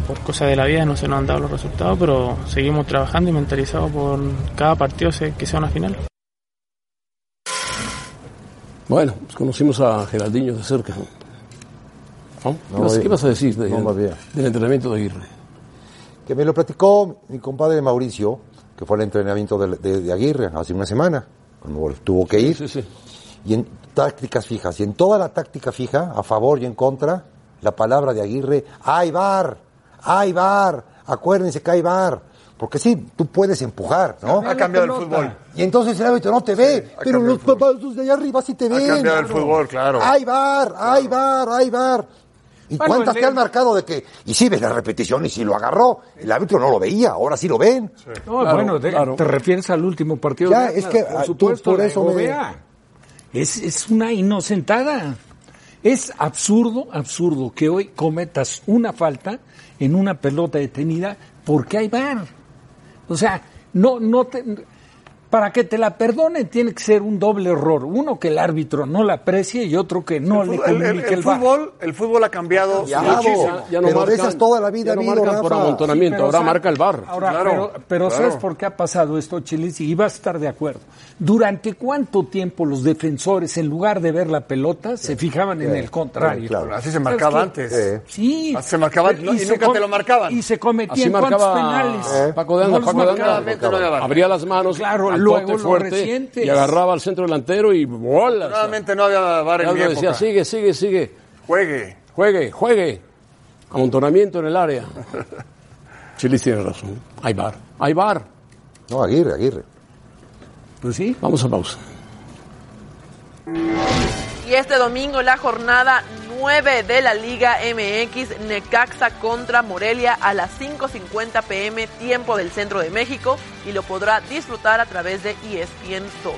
Speaker 20: Por cosas de la vida no se nos han dado los resultados, pero seguimos trabajando y mentalizados por cada partido se- que sea una final.
Speaker 11: Bueno, pues conocimos a Geraldinho de cerca. ¿no? ¿No? ¿Qué, vas, qué vas a decir de-
Speaker 12: no lo había.
Speaker 11: del entrenamiento de Aguirre?
Speaker 12: Que me lo platicó mi compadre Mauricio, que fue al entrenamiento de, de- de Aguirre hace una semana, cuando tuvo que ir. Y en tácticas fijas, y en toda la táctica fija, a favor y en contra, la palabra de Aguirre, ¡ay, bar! ¡ay, bar! Acuérdense que hay bar. Porque sí, tú puedes empujar, ¿no?
Speaker 15: Ha cambiado el fútbol.
Speaker 12: Y entonces el árbitro no te ve, pero los papás de allá arriba sí te ven.
Speaker 15: cambiado el
Speaker 12: cabrón.
Speaker 15: fútbol, claro.
Speaker 12: ¡Ay, bar! ¡ay, bar! ¡ay, bar! ¿Y
Speaker 15: Bueno,
Speaker 12: cuántas
Speaker 15: el-
Speaker 12: te han marcado de que.? Y sí ves la repetición y si lo agarró. El árbitro no lo veía, ahora sí lo ven.
Speaker 14: No, bueno, de- te refieres al último partido.
Speaker 12: Ya,
Speaker 14: de Atlas,
Speaker 12: es que, ah,
Speaker 14: por
Speaker 12: tú,
Speaker 14: supuesto,
Speaker 12: por
Speaker 14: la
Speaker 12: eso me-
Speaker 14: Gobea. Es, es una inocentada. Es absurdo, absurdo que hoy cometas una falta en una pelota detenida porque hay bar. O sea, no, no te- para que te la perdonen tiene que ser un doble error. Uno que el árbitro no la aprecie y otro que no le
Speaker 15: El, el-
Speaker 14: comunique
Speaker 15: el
Speaker 14: el, VAR.
Speaker 15: fútbol, el fútbol ha cambiado
Speaker 14: Ya,
Speaker 15: muchísimo.
Speaker 14: ya, ya no Pero de marcan- esas toda la vida
Speaker 11: ya no ha habido, marcan por Rafa. amontonamiento, ahora marca el VAR.
Speaker 14: Ahora,
Speaker 11: Claro,
Speaker 14: pero, pero
Speaker 11: claro.
Speaker 14: ¿sabes por qué ha pasado esto, Chilis? Y vas a estar de acuerdo. ¿Durante cuánto tiempo los defensores, en lugar de ver la pelota, se fijaban en
Speaker 15: Sí,
Speaker 14: el contrario?
Speaker 15: claro. Así se marcaba
Speaker 14: ¿Sabes qué?
Speaker 15: antes.
Speaker 14: Sí.
Speaker 15: Así se marcaba antes, ¿no? Y nunca te lo marcaban.
Speaker 14: Y se cometían
Speaker 11: Así
Speaker 14: cuántos
Speaker 11: marcaba Eh,
Speaker 14: penales.
Speaker 11: Paco de Anda.
Speaker 14: No los
Speaker 11: Paco de Anda
Speaker 14: marcaba.
Speaker 11: abría las manos,
Speaker 14: Claro,
Speaker 11: al
Speaker 14: luego
Speaker 11: bote
Speaker 14: lo
Speaker 11: fuerte
Speaker 14: resientes.
Speaker 11: y agarraba al centro delantero y bola.
Speaker 15: Realmente no había VAR en mi
Speaker 11: Algo decía,
Speaker 15: época.
Speaker 11: sigue, sigue, sigue.
Speaker 15: Juegue.
Speaker 11: Juegue, juegue. Amontonamiento en el área. Chilis tiene razón. Hay bar. Hay bar.
Speaker 12: No, Aguirre, Aguirre.
Speaker 14: Pues sí.
Speaker 11: Vamos a pausa.
Speaker 21: Y este domingo la jornada 9 de la Liga MX Necaxa contra Morelia a las 5.50 pm tiempo del centro de México y lo podrá disfrutar a través de E ESPN 2.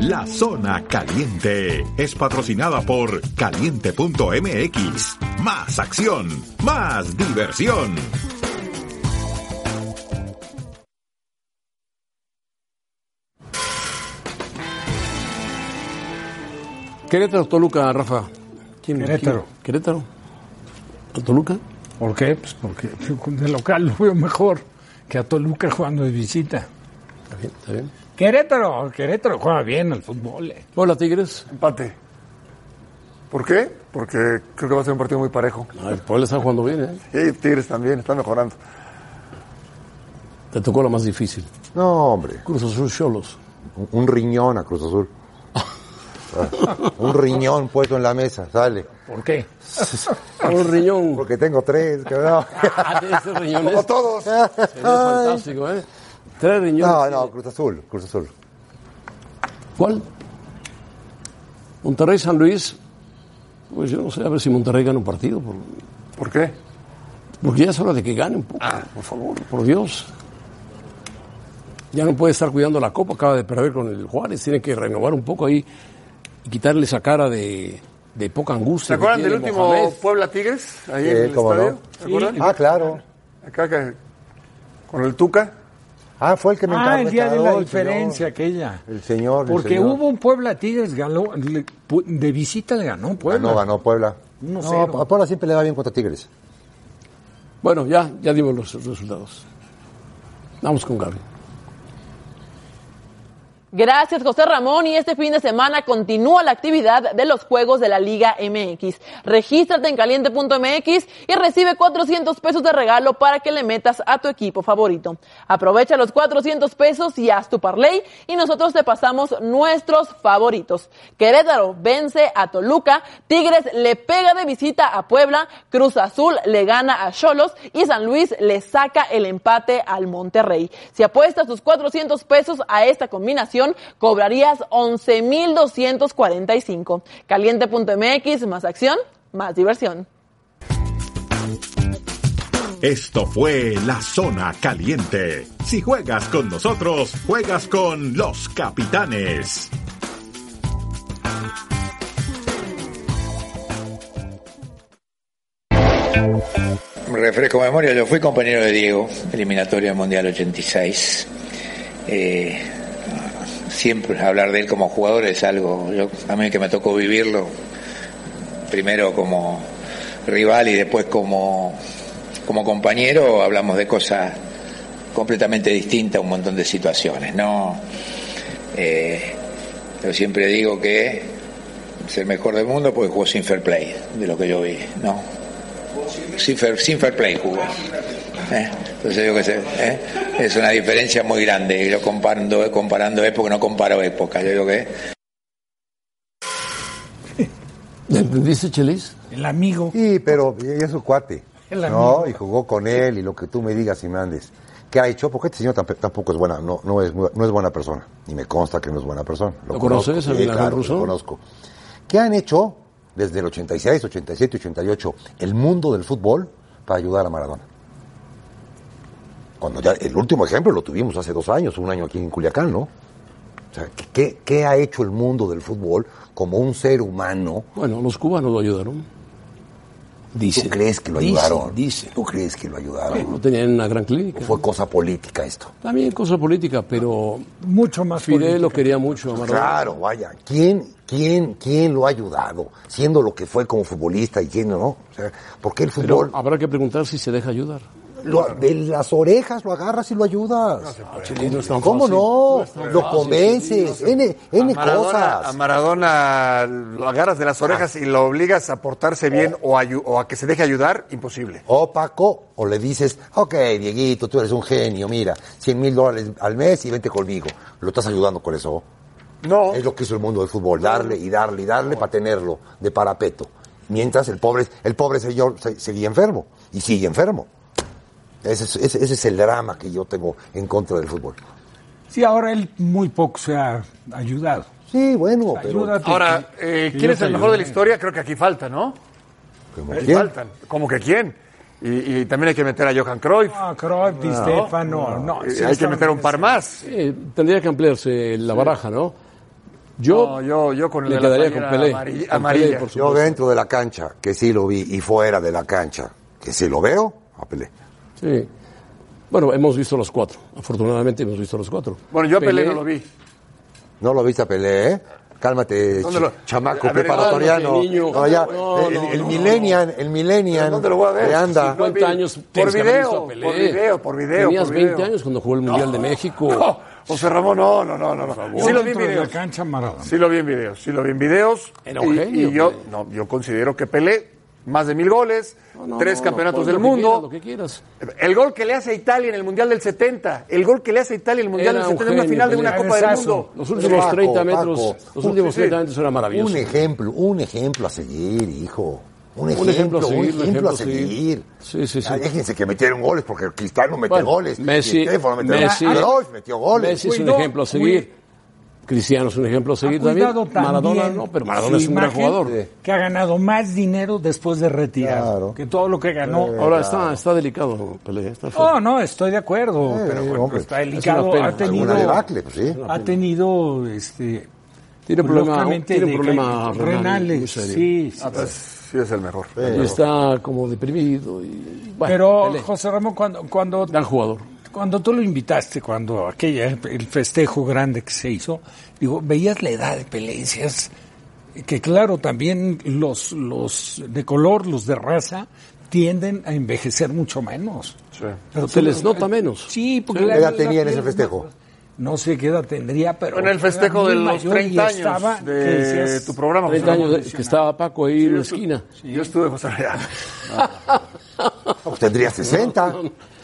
Speaker 22: La Zona Caliente es patrocinada por caliente.mx. Más acción, más diversión.
Speaker 11: Querétaro, Toluca, Rafa. ¿Quién-
Speaker 14: Querétaro.
Speaker 11: quién? Querétaro. ¿A Toluca?
Speaker 14: ¿Por qué? Pues porque de local lo veo mejor que a Toluca jugando de visita.
Speaker 11: Está bien, está bien.
Speaker 14: Querétaro, Querétaro juega bien al fútbol. eh.
Speaker 11: Hola, Tigres.
Speaker 15: Empate. ¿Por qué? Porque creo que va a ser un partido muy parejo.
Speaker 11: El Puebla está jugando bien, ¿eh?
Speaker 15: Sí, Tigres también, está mejorando.
Speaker 11: Te tocó la más difícil.
Speaker 12: No, hombre.
Speaker 11: Cruz Azul Cholos.
Speaker 12: Un, un riñón a Cruz Azul. Ah, un riñón puesto en la mesa, sale.
Speaker 14: ¿Por qué?
Speaker 11: Un riñón.
Speaker 12: Porque tengo tres, cabrón.
Speaker 15: Ah,
Speaker 11: Ah, riñones.
Speaker 12: Como todos.
Speaker 11: Sería fantástico, ¿eh? Tres riñones.
Speaker 12: No, no, Cruz Azul, Cruz Azul.
Speaker 11: ¿Cuál? Monterrey San Luis. Pues yo no sé, a ver si Monterrey gana un partido. ¿Por,
Speaker 15: qué? Ah.
Speaker 11: Porque ya es hora de que gane un poco, por favor, por Dios. Ya no puede estar cuidando la copa, acaba de perder con el Juárez, tiene que renovar un poco ahí y quitarle esa cara de, de poca angustia.
Speaker 15: ¿Se acuerdan
Speaker 11: que
Speaker 15: del
Speaker 11: tiene
Speaker 15: último
Speaker 11: Mohamed?
Speaker 15: Puebla Tigres? Ahí
Speaker 11: Sí,
Speaker 15: en el
Speaker 11: cómo
Speaker 15: estadio.
Speaker 11: no.
Speaker 15: ¿Se
Speaker 11: Sí.
Speaker 15: acuerdan?
Speaker 11: Ah,
Speaker 12: claro.
Speaker 15: Acá que- con el Tuca.
Speaker 12: Ah, fue el que
Speaker 14: Ah, el día de la diferencia aquella.
Speaker 12: El señor. el
Speaker 14: Porque
Speaker 12: señor.
Speaker 14: hubo un Puebla Tigres, ganó, le- pu- de visita le ganó Puebla.
Speaker 12: Ah, Ganó, ganó Puebla.
Speaker 14: Uno
Speaker 12: No,
Speaker 14: cero.
Speaker 12: a Puebla siempre le va bien contra Tigres.
Speaker 11: Bueno, ya, ya dimos los resultados. Vamos con Gaby.
Speaker 21: Gracias, José Ramón. Y este fin de semana continúa la actividad de los Juegos de la Liga MX. Regístrate en caliente.mx y recibe 400 pesos de regalo para que le metas a tu equipo favorito. Aprovecha los 400 pesos y haz tu parlay y nosotros te pasamos nuestros favoritos. Querétaro vence a Toluca, Tigres le pega de visita a Puebla, Cruz Azul le gana a Cholos y San Luis le saca el empate al Monterrey. Si apuestas tus 400 pesos a esta combinación, cobrarías 11,245. Caliente.mx, más acción, más diversión.
Speaker 22: Esto fue La Zona Caliente. Si juegas con nosotros, juegas con los capitanes.
Speaker 1: refresco memoria, yo fui compañero de Diego, eliminatoria del Mundial 86. Eh, siempre hablar de él como jugador es algo, yo, a mí que me tocó vivirlo, primero como rival y después como, como compañero, hablamos de cosas completamente distintas, un montón de situaciones. No, Eh, yo siempre digo que es el mejor del mundo porque jugó sin fair play, de lo que yo vi, ¿no? Sin fair, sin fair play jugó. ¿eh? Entonces yo qué sé, ¿eh? es una diferencia muy grande. Y lo comparando, comparando época, no comparo época. Yo digo que
Speaker 12: ¿Entendiste, Chelis?
Speaker 14: El amigo.
Speaker 12: Sí, pero y es su cuate.
Speaker 14: El
Speaker 12: No,
Speaker 14: amigo.
Speaker 12: y jugó con él y lo que tú me digas y mandes. ¿Qué ha hecho? Porque este señor tamp- tampoco es buena, no, no, es, muy- no es buena persona. Y me consta que no es buena persona.
Speaker 11: ¿Lo
Speaker 12: conozco,
Speaker 11: conoces, a
Speaker 12: sí,
Speaker 11: Villarreal
Speaker 12: claro,
Speaker 11: Russo?
Speaker 12: Lo conozco. ¿Qué han hecho desde el 86, 87, 88 el mundo del fútbol para ayudar a Maradona? Cuando ya el último ejemplo lo tuvimos hace dos años, un año aquí en Culiacán, ¿no? O sea, ¿qué, qué ha hecho el mundo del fútbol como un ser humano?
Speaker 11: Bueno, los cubanos lo ayudaron. Dicen.
Speaker 12: ¿Tú crees que lo
Speaker 11: Dicen,
Speaker 12: ayudaron? ¿Tú crees que lo ayudaron?
Speaker 11: No tenían una gran clínica.
Speaker 12: Fue cosa política esto.
Speaker 11: También cosa política, pero
Speaker 14: mucho más
Speaker 11: Fidel
Speaker 12: política.
Speaker 11: lo quería mucho a Maradona.
Speaker 12: Claro, vaya. ¿Quién, quién, quién lo ha ayudado? Siendo lo que fue como futbolista y quién no. O sea, ¿Por qué el
Speaker 11: Pero
Speaker 12: fútbol?
Speaker 11: habrá que preguntar si se deja ayudar.
Speaker 12: Lo- de las orejas lo agarras y lo ayudas.
Speaker 11: Chilino, Ah, es tan
Speaker 12: ¿Cómo
Speaker 11: fácil.
Speaker 12: no?
Speaker 11: es tan
Speaker 12: lo
Speaker 11: fácil,
Speaker 12: convences. N, N
Speaker 15: Maradona,
Speaker 12: cosas.
Speaker 15: a Maradona lo agarras de las orejas y lo obligas a portarse bien o, ayu- o a que se deje ayudar, imposible.
Speaker 12: O Paco, o le dices, ok, Dieguito, tú eres un genio, mira, 100 mil dólares al mes y vente conmigo. Lo estás ayudando con eso.
Speaker 15: No.
Speaker 12: Es lo que hizo el mundo del fútbol, darle y darle y darle para tenerlo de parapeto. Mientras el pobre, el pobre señor se- seguía enfermo y sigue enfermo. Ese es, ese- ese es el drama que yo tengo en contra del fútbol.
Speaker 14: Sí, ahora él muy poco se ha ayudado.
Speaker 12: Sí, bueno,
Speaker 14: Ayúdate.
Speaker 15: Ahora, eh, ¿quién es el mejor de la historia? Creo que aquí falta, ¿no? Aquí
Speaker 12: quién?
Speaker 15: faltan. ¿Cómo que quién? Y, y también hay que meter a Johan Cruyff.
Speaker 14: Ah, Cruyff, Di Stefano, no,
Speaker 15: Eh,
Speaker 14: sí,
Speaker 15: hay que
Speaker 14: está-
Speaker 15: meter un par más.
Speaker 11: Eh, tendría que ampliarse la baraja, ¿no? Yo,
Speaker 15: No, yo, yo con el
Speaker 11: le
Speaker 15: de la
Speaker 11: quedaría
Speaker 15: playera
Speaker 11: con Pelé.
Speaker 15: amarilla-
Speaker 11: Con
Speaker 15: amarilla.
Speaker 11: Pelé, por
Speaker 12: Yo
Speaker 11: supuesto.
Speaker 12: dentro de la cancha, que sí lo vi, y fuera de la cancha, que sí lo veo, a Pelé.
Speaker 11: Sí. Bueno, hemos visto los cuatro. Afortunadamente hemos visto los cuatro.
Speaker 15: Bueno, yo a Pelé no lo vi.
Speaker 12: No lo viste a Pelé, ¿eh? Cálmate,
Speaker 15: ¿Dónde
Speaker 12: ch-
Speaker 15: lo-
Speaker 12: chamaco
Speaker 15: A ver,
Speaker 12: preparatoriano.
Speaker 15: cálmate, niño.
Speaker 12: No, ya,
Speaker 15: No,
Speaker 12: el,
Speaker 15: no,
Speaker 12: el
Speaker 15: no,
Speaker 12: millennial, el millennial.
Speaker 15: ¿Dónde lo voy a ver?
Speaker 12: que anda.
Speaker 15: Si no vi- Por video, por video, por video.
Speaker 11: Tenías
Speaker 15: por
Speaker 11: 20
Speaker 15: video.
Speaker 11: años cuando jugó el Mundial de México.
Speaker 15: No, José Ramón, no, no, no, no. no. Sí lo vi en
Speaker 14: Dentro de la
Speaker 15: videos.
Speaker 14: cancha Maradona.
Speaker 15: Sí lo vi en videos, sí lo vi en videos.
Speaker 14: Era
Speaker 15: y,
Speaker 14: un genio,
Speaker 15: y yo,
Speaker 14: Pelé.
Speaker 15: no, yo considero que Pelé, más de mil goles,
Speaker 11: No,
Speaker 15: tres
Speaker 11: no,
Speaker 15: campeonatos
Speaker 11: pon
Speaker 15: del
Speaker 11: lo que
Speaker 15: mundo.
Speaker 11: quieras, lo que quieras.
Speaker 15: El gol que le hace a Italia en el Mundial del 70, el gol que le hace a Italia en el Mundial
Speaker 11: Era
Speaker 15: del
Speaker 11: un
Speaker 15: 70, en una
Speaker 11: genio,
Speaker 15: final de una
Speaker 11: Pelé.
Speaker 15: Copa del
Speaker 11: Cabezazo.
Speaker 15: Mundo.
Speaker 11: Los últimos
Speaker 12: Paco,
Speaker 11: 30 metros,
Speaker 12: Paco.
Speaker 11: los últimos
Speaker 12: Sí, sí.
Speaker 11: 30 metros eran maravillosos.
Speaker 12: Un ejemplo, un ejemplo a seguir, hijo. Un
Speaker 11: Un
Speaker 12: ejemplo, un
Speaker 11: ejemplo
Speaker 12: ejemplo,
Speaker 11: a seguir, un ejemplo
Speaker 12: a
Speaker 11: a seguir.
Speaker 12: seguir.
Speaker 11: Sí, sí, sí.
Speaker 12: Ah, déjense que metieron goles, porque Cristiano mete
Speaker 11: Bueno,
Speaker 12: goles.
Speaker 11: Messi,
Speaker 12: Cristiano mete
Speaker 11: Messi,
Speaker 12: goles. Cruyff metió goles.
Speaker 11: Messi es un ejemplo a seguir. Cristiano es un ejemplo a seguir también.
Speaker 14: Cuidado también.
Speaker 11: Maradona no, pero Maradona
Speaker 14: su
Speaker 11: es un gran
Speaker 14: imagen,
Speaker 11: jugador.
Speaker 14: Que ha ganado más dinero después de retirado que todo lo que ganó.
Speaker 11: Ahora está, está delicado, Pelé. Está feo.
Speaker 14: Oh, No, no, estoy de acuerdo, pero bueno,
Speaker 11: Eh, hombre,
Speaker 14: está
Speaker 11: es una
Speaker 14: delicado.
Speaker 11: pena.
Speaker 14: Ha tenido,
Speaker 11: Alguna debacle, pues sí.
Speaker 14: ha tenido, este,
Speaker 11: Tiene
Speaker 14: pues,
Speaker 11: problema-
Speaker 14: lógicamente,
Speaker 11: tiene
Speaker 14: de-
Speaker 11: problema renal muy
Speaker 14: renales,
Speaker 11: serio.
Speaker 14: sí, sí,
Speaker 15: Ah, pues, sí es el mejor.
Speaker 11: Y está como deprimido. Y, bueno,
Speaker 14: Pero
Speaker 11: Pelé,
Speaker 14: José Ramón, cuando cuando
Speaker 11: gran jugador.
Speaker 14: cuando tú lo invitaste, cuando aquella el festejo grande que se hizo, digo, veías la edad de Pelé, y decías que claro también los los de color, los de raza tienden a envejecer mucho menos. Pero
Speaker 11: se
Speaker 14: tú-
Speaker 11: les nota menos.
Speaker 14: Sí, porque
Speaker 11: Sí.
Speaker 14: la-
Speaker 11: ¿Qué edad
Speaker 14: la
Speaker 11: tenía en ese
Speaker 14: piel- pues,
Speaker 11: festejo?
Speaker 14: No sé qué edad tendría, pero.
Speaker 15: En el festejo
Speaker 14: era
Speaker 15: de
Speaker 14: muy
Speaker 15: los
Speaker 14: mayor y
Speaker 15: 30 años
Speaker 14: estaba
Speaker 15: de
Speaker 14: que decías-
Speaker 15: tu programa, José
Speaker 11: 30
Speaker 15: Ramón
Speaker 11: años que estaba Paco ahí en la esquina.
Speaker 15: yo estuve José Ramón.
Speaker 12: Pues tendría 60.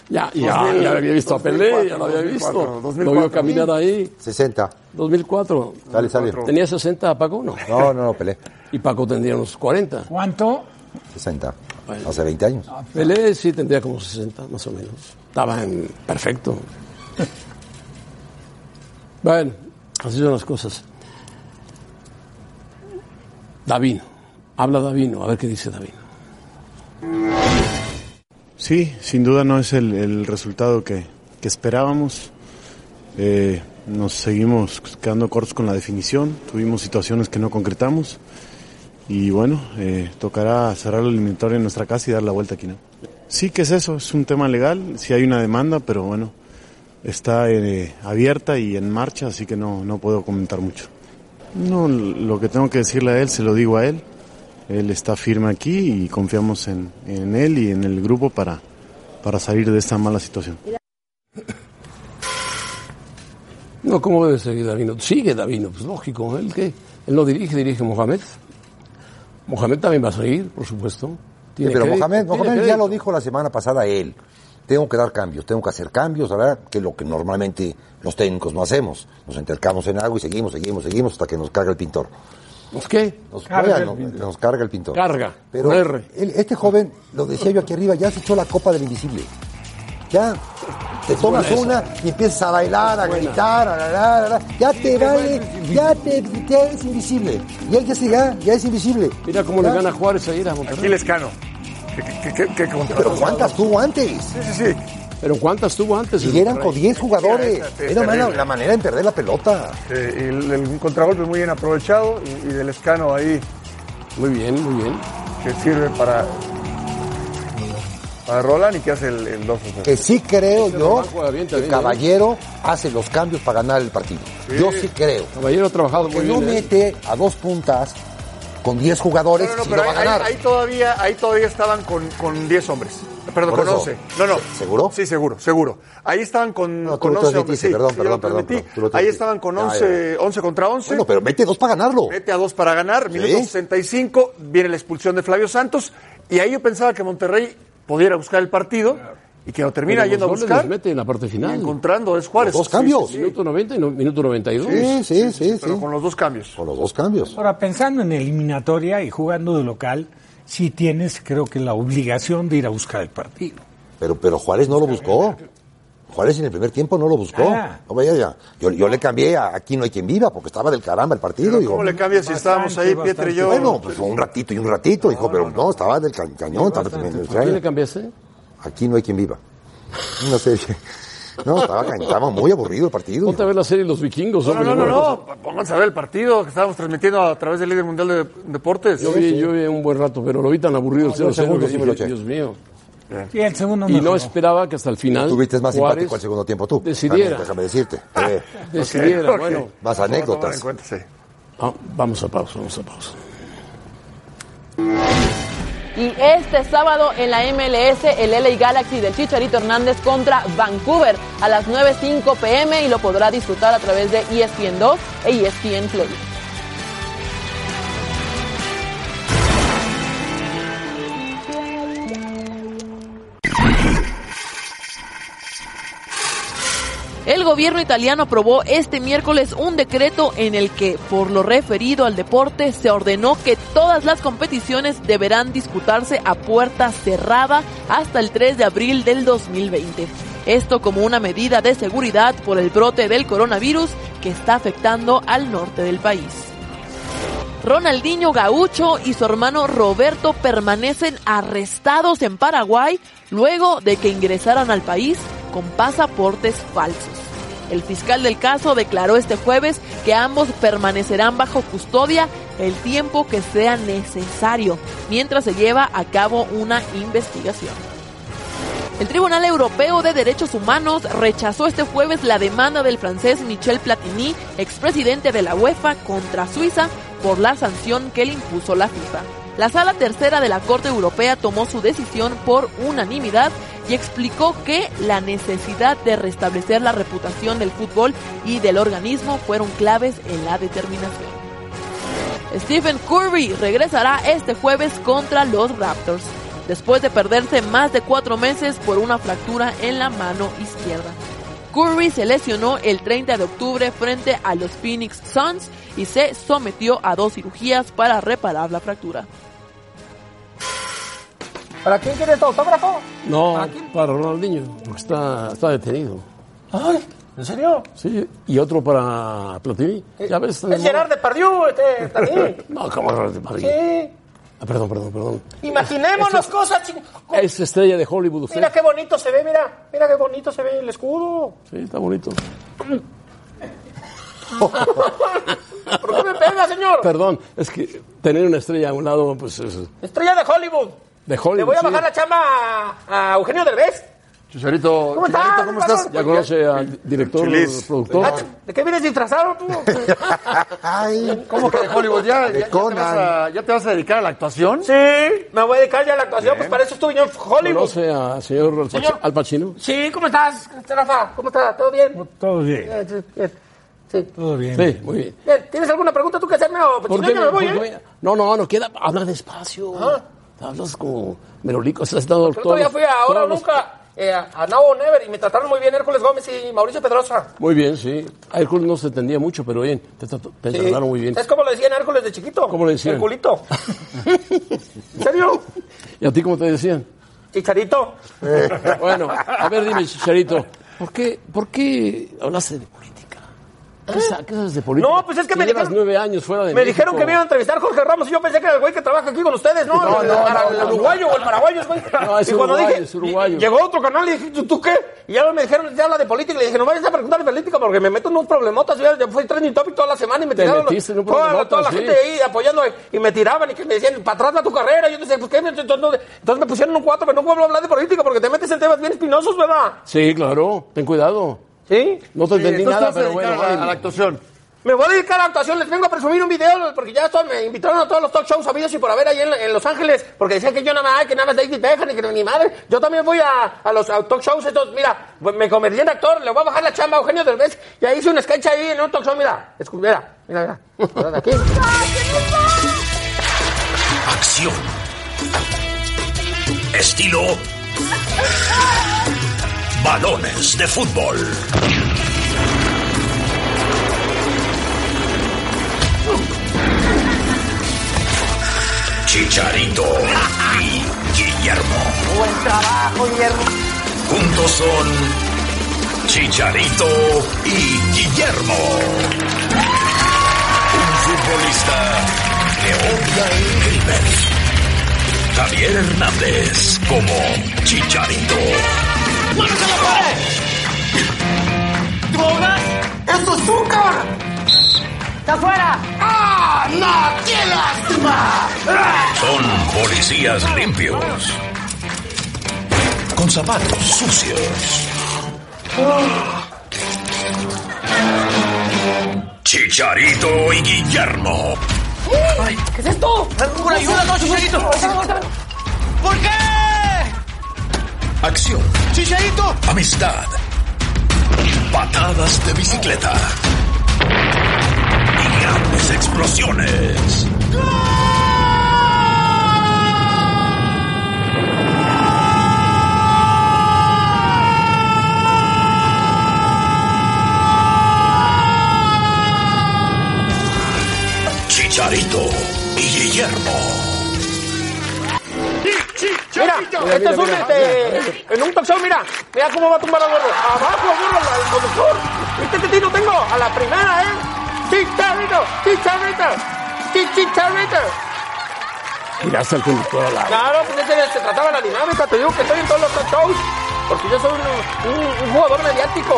Speaker 11: Ya, ya, Ah, ya lo había visto a Pelé, ya lo había visto. lo vio caminar ahí.
Speaker 12: 60.
Speaker 11: 2004.
Speaker 12: Sale, sale.
Speaker 11: ¿Tenía 60 Paco? No.
Speaker 12: No, no, no, Pelé.
Speaker 11: Y Paco tendría unos 40.
Speaker 14: ¿Cuánto?
Speaker 12: 60. Hace 20 años.
Speaker 11: Ah, Pelé sí tendría como 60, más o menos. Estaba en perfecto. Bueno, así son las cosas. Davino. Habla Davino, a ver qué dice Davino.
Speaker 3: Sí, sin duda no es el, el resultado que, que esperábamos. Eh, nos seguimos quedando cortos con la definición, tuvimos situaciones que no concretamos y bueno, eh, tocará cerrar el eliminatorio en nuestra casa y dar la vuelta aquí, ¿no? Sí que es eso, es un tema legal, sí hay una demanda, pero bueno, está eh, abierta y en marcha, así que no, no puedo comentar mucho. No, lo que tengo que decirle a él se lo digo a él. Él está firme aquí y confiamos en, en él y en el grupo para, para salir de esta mala situación.
Speaker 11: No, ¿cómo debe seguir Davino? Sigue Davino, pues lógico. Él que él no dirige, dirige Mohamed. Mohamed también va a seguir, por supuesto.
Speaker 12: Sí,
Speaker 11: Tiene
Speaker 12: pero
Speaker 11: crédito,
Speaker 12: Mohamed,
Speaker 11: tiene
Speaker 12: Mohamed ya
Speaker 11: crédito.
Speaker 12: lo dijo la semana pasada él. Tengo que dar cambios, tengo que hacer cambios, ¿verdad? Que lo que normalmente los técnicos no hacemos. Nos entercamos en algo y seguimos, seguimos, seguimos hasta que nos carga el pintor.
Speaker 11: ¿Nos qué?
Speaker 12: Nos
Speaker 11: Carga
Speaker 12: carga,
Speaker 11: el
Speaker 12: no-
Speaker 11: pintor.
Speaker 12: nos carga el pintor.
Speaker 11: Carga,
Speaker 12: Pero
Speaker 11: con R.
Speaker 12: él- este joven, lo decía yo aquí arriba, ya se echó la copa del invisible. Ya te
Speaker 11: Es
Speaker 12: tomas
Speaker 11: buena
Speaker 12: una y empiezas a bailar, a
Speaker 11: buena.
Speaker 12: gritar, a, la, la, la, la. ya te vale, ya te ya eres invisible. Y él ya se ya, ya es invisible.
Speaker 11: Mira cómo le
Speaker 12: Ya.
Speaker 11: gana Juárez ayer a Monterrey.
Speaker 12: Aquí les
Speaker 15: cano.
Speaker 12: Pero ¿cuántas tuvo antes? Sí,
Speaker 15: sí, sí.
Speaker 11: Pero ¿cuántas tuvo antes?
Speaker 12: Y eran con 10 jugadores. Era mala- la manera de perder la pelota.
Speaker 15: Eh, y el, el contragolpe muy bien aprovechado y, y del escano ahí.
Speaker 11: Muy bien, muy bien.
Speaker 15: Que sirve para, para Roland y que hace el, el 2
Speaker 12: Que sí creo yo que
Speaker 11: también, ¿eh?
Speaker 12: Caballero hace los cambios para ganar el partido.
Speaker 11: Sí.
Speaker 12: Yo sí creo.
Speaker 11: Caballero ha trabajado
Speaker 12: Porque
Speaker 11: muy
Speaker 12: no
Speaker 11: bien, ¿eh?
Speaker 12: mete a dos puntas con 10 jugadores
Speaker 15: No, no,
Speaker 12: si
Speaker 15: pero
Speaker 12: no va
Speaker 15: ahí,
Speaker 12: a ganar.
Speaker 15: ahí- ahí todavía, ahí todavía estaban con, con 10 hombres. Perdón,
Speaker 12: Por
Speaker 15: con
Speaker 12: eso.
Speaker 15: 11. No, no.
Speaker 12: ¿Seguro?
Speaker 15: Sí, seguro, seguro. Ahí estaban con,
Speaker 12: No, tú
Speaker 15: con
Speaker 12: lo
Speaker 15: 11 hombres.
Speaker 12: transmitiste,
Speaker 15: sí,
Speaker 12: perdón,
Speaker 15: sí, yo lo
Speaker 12: perdón, perdón,
Speaker 15: transmití.
Speaker 12: perdón, tú lo
Speaker 15: Ahí
Speaker 12: transmitiste.
Speaker 15: estaban con
Speaker 12: Ya,
Speaker 15: 11, 11 contra 11.
Speaker 12: Bueno, pero mete dos para ganarlo.
Speaker 15: Mete a dos para ganar. Minuto 65, viene la expulsión de Flavio Santos. Y ahí yo pensaba que Monterrey pudiera buscar el partido y que lo termina
Speaker 11: Pero
Speaker 15: yendo a
Speaker 11: los goles
Speaker 15: buscar.
Speaker 11: los mete en la parte final.
Speaker 15: encontrando es Juárez.
Speaker 11: Los
Speaker 15: Sí, sí, sí.
Speaker 11: Minuto 90 y no- minuto 92.
Speaker 12: Sí, sí, sí.
Speaker 15: Pero con los dos cambios.
Speaker 12: Con los dos cambios.
Speaker 14: Ahora, pensando en eliminatoria y jugando de local, sí tienes, creo que, la obligación de ir a buscar el partido.
Speaker 12: Pero, pero Juárez no lo buscó. Juárez en el primer tiempo no lo buscó.
Speaker 11: Ah.
Speaker 14: Nada.
Speaker 12: No vaya ya. Yo, yo le cambié a Aquí no hay quien viva porque estaba del caramba el partido. digo,
Speaker 15: ¿Cómo le cambias si estábamos ahí, Pietre y yo?
Speaker 12: Bueno, pues fue un ratito y un ratito, dijo, pero no, estaba del ca- cañón. estaba tremendo.
Speaker 11: ¿A quién le cambiaste?
Speaker 12: Aquí no hay quien viva. Una serie. No, estaba, ca- estaba muy aburrido el partido.
Speaker 11: Otra vez la serie Los Vikingos.
Speaker 15: No,
Speaker 11: hombre,
Speaker 15: no, no,
Speaker 11: qué
Speaker 15: no, no, pónganse a ver el partido que estábamos transmitiendo a través del líder mundial de deportes.
Speaker 11: Yo vi, yo vi un buen rato, pero lo vi tan aburrido el
Speaker 15: No, yo el
Speaker 11: 0-0
Speaker 15: segundo
Speaker 11: que
Speaker 15: sí me lo
Speaker 11: dije,
Speaker 15: eché.
Speaker 11: Dios mío.
Speaker 14: Y el segundo
Speaker 11: y no
Speaker 14: mejoró.
Speaker 11: esperaba que hasta el final.
Speaker 12: Tuviste más
Speaker 11: Juárez
Speaker 12: simpático al segundo tiempo tú.
Speaker 11: decidiera. Ah,
Speaker 12: También, déjame decirte. Eh,
Speaker 11: Decidiera, bueno.
Speaker 12: Más anécdotas.
Speaker 11: Ah, vamos a pausa, vamos a pausa.
Speaker 21: Y este sábado en la MLS, el LA Galaxy del Chicharito Hernández contra Vancouver a las 9.05 pm y lo podrá disfrutar a través de ESPN2 e ESPN Play. El gobierno italiano aprobó este miércoles un decreto en el que, por lo referido al deporte, se ordenó que todas las competiciones deberán disputarse a puerta cerrada hasta el 3 de abril del 2020. Esto como una medida de seguridad por el brote del coronavirus que está afectando al norte del país. Ronaldinho Gaucho y su hermano Roberto permanecen arrestados en Paraguay luego de que ingresaran al país con pasaportes falsos. El fiscal del caso declaró este jueves que ambos permanecerán bajo custodia el tiempo que sea necesario mientras se lleva a cabo una investigación. El Tribunal Europeo de Derechos Humanos rechazó este jueves la demanda del francés Michel Platini, expresidente de la UEFA, contra Suiza por la sanción que le impuso la FIFA. La sala tercera de la Corte Europea tomó su decisión por unanimidad y explicó que la necesidad de restablecer la reputación del fútbol y del organismo fueron claves en la determinación. Stephen Curry regresará este jueves contra los Raptors, después de perderse más de cuatro meses por una fractura en la mano izquierda. Curry se lesionó el 30 de octubre frente a los Phoenix Suns y se sometió a dos cirugías para reparar la fractura.
Speaker 8: ¿Para quién quieres tu autógrafo?
Speaker 11: No, para Ronaldinho, porque está, está detenido.
Speaker 8: Ay, ¿en serio?
Speaker 11: Sí, y otro para Platini. Ya ves, está de
Speaker 8: Es Gerard Depardieu, este, está ahí.
Speaker 11: moda. No, ¿cómo Gerard Depardieu?
Speaker 8: Sí.
Speaker 11: Ah, perdón, perdón, perdón.
Speaker 8: Imaginémonos cosas, ching-
Speaker 11: Es estrella de Hollywood usted.
Speaker 8: Mira qué bonito se ve, mira. Mira qué bonito se ve el escudo.
Speaker 11: Sí, está bonito.
Speaker 8: ¿Por qué me pega, señor?
Speaker 11: Perdón, es que tener una estrella a un lado, pues es
Speaker 8: Estrella de Hollywood.
Speaker 11: de Hollywood.
Speaker 8: Le voy a
Speaker 11: sí.
Speaker 8: bajar la chamba a, a Eugenio Derbez.
Speaker 11: Chicharito,
Speaker 8: ¿Cómo estás, Chicharito, ¿cómo estás?
Speaker 11: Ya conoce al director,
Speaker 8: Chilis.
Speaker 11: productor.
Speaker 8: Ah, ¿De qué vienes disfrazado tú?
Speaker 15: Ay. ¿Cómo que de Hollywood? ¿Ya, ya- ya te vas a, ya te vas a dedicar a la actuación?
Speaker 8: Sí, me voy a dedicar ya a la actuación, pues para eso estuve yo en Hollywood.
Speaker 11: ¿Conoce al señor Al Paci-
Speaker 8: Señor.
Speaker 11: Al Pacino?
Speaker 8: Sí, ¿cómo estás, Rafa? ¿Cómo estás? ¿Todo bien?
Speaker 11: Todo bien.
Speaker 8: Eh, sí, bien. Sí.
Speaker 11: Todo bien. Sí, muy bien.
Speaker 8: Bien, ¿Tienes alguna pregunta tú que hacerme o pues, si
Speaker 11: ¿Por
Speaker 8: no,
Speaker 11: qué
Speaker 8: yo me
Speaker 11: me-
Speaker 8: voy,
Speaker 11: por
Speaker 8: eh?
Speaker 11: qué me- No, no, no queda. Habla despacio. Hablas como merolico. Has estado
Speaker 8: Yo todavía fui a ahora o nunca eh, a a Now or Never y me trataron muy bien Hércules Gómez y Mauricio Pedrosa.
Speaker 11: Muy bien, sí. A Hércules no se entendía mucho, pero bien, te, trató- te
Speaker 8: Sí.
Speaker 11: trataron muy bien.
Speaker 8: ¿Sabes cómo le decían a Hércules de chiquito? ¿Cómo
Speaker 11: le decían?
Speaker 8: El culito. ¿En serio?
Speaker 11: ¿Y a ti cómo te decían?
Speaker 8: Chicharito.
Speaker 11: Eh, bueno, a ver, dime, Chicharito, ¿por qué, por qué hablaste de política? ¿Qué, sa- qué sabes de política?
Speaker 8: ¿Eh? No, pues es que
Speaker 11: Si
Speaker 8: me
Speaker 11: llevas
Speaker 8: dijeron-
Speaker 11: nueve años fuera de
Speaker 8: Me dijeron que me iban a entrevistar Jorge Ramos y yo pensé que era el güey que trabaja aquí con ustedes, ¿no?
Speaker 11: No,
Speaker 8: el,
Speaker 11: no,
Speaker 8: para-
Speaker 11: no,
Speaker 8: el
Speaker 11: no, no.
Speaker 8: uruguayo o el paraguayo, güey.
Speaker 11: No, es
Speaker 8: y cuando
Speaker 11: uruguayo,
Speaker 8: dije,
Speaker 11: es uruguayo.
Speaker 8: y- llegó otro canal y dije, ¿tú, tú qué? Y ya me dijeron, te habla de política. Y le dije, no vayas a preguntar de política porque me meto en unos problemotas. Yo ya fui trending topic toda la semana y me
Speaker 11: Te
Speaker 8: tiraron
Speaker 11: metiste en un
Speaker 8: toda,
Speaker 11: problemota,
Speaker 8: toda la
Speaker 11: sí.
Speaker 8: gente ahí apoyando y me tiraban y que me decían, para atrás va tu carrera. Y yo decía, pues qué, entonces, no- entonces me pusieron un cuatro, pero no puedo hablar de política porque te metes en temas bien espinosos, ¿verdad?
Speaker 11: Sí, claro, ten cuidado.
Speaker 8: ¿Sí?
Speaker 11: No te
Speaker 8: Sí,
Speaker 11: entendí
Speaker 8: entonces
Speaker 11: nada,
Speaker 8: te vas a
Speaker 11: pero bueno.
Speaker 8: dedicar a la- a la
Speaker 11: actuación.
Speaker 8: Me voy a dedicar a la actuación, les vengo a presumir un video, porque ya esto- me invitaron a todos los talk shows habidos y por haber ahí en, en Los Ángeles, porque decían que yo nada más, que nada más David Beckham y que mi madre. Yo también voy a, a los a talk shows, estos, mira, pues me convertí en actor, le voy a bajar la chamba a Eugenio Derbez, y ahí hice un sketch ahí en un talk show, mira, escu- mira, mira, mira, de aquí.
Speaker 10: Acción. Estilo. Balones de fútbol. Chicharito y Guillermo.
Speaker 8: Buen trabajo, Guillermo.
Speaker 10: Juntos son Chicharito y Guillermo. Un futbolista que odia el crimen. Javier Hernández como Chicharito.
Speaker 8: ¡Mándese la pared! ¡Drogas! ¡Eso es azúcar! ¡Está fuera! ¡Ah, no! ¡Qué lástima!
Speaker 10: Son policías limpios. Con zapatos sucios. Chicharito y Guillermo.
Speaker 8: Ay, ¿Qué es esto? ¡Por ayuda, no, chicharito! ¿Por qué?
Speaker 10: Acción.
Speaker 8: ¡Chicharito!
Speaker 10: Amistad. Patadas de bicicleta. Y grandes explosiones. Chicharito y Guillermo.
Speaker 8: Mira, esto es un, este, en un talk show, mira, mira cómo va a tumbar al gordo. Abajo, gordo, al conductor. ¿Viste qué tiro tengo? A la primera, ¿eh? ¡Chicharito! ¡Chicharito! chi- ¡Chicharito!
Speaker 11: Tiraste al conductor a la.
Speaker 8: Claro, pues ese se trataba la dinámica, te digo que estoy en todos los talk shows, porque yo soy un, un- un jugador mediático.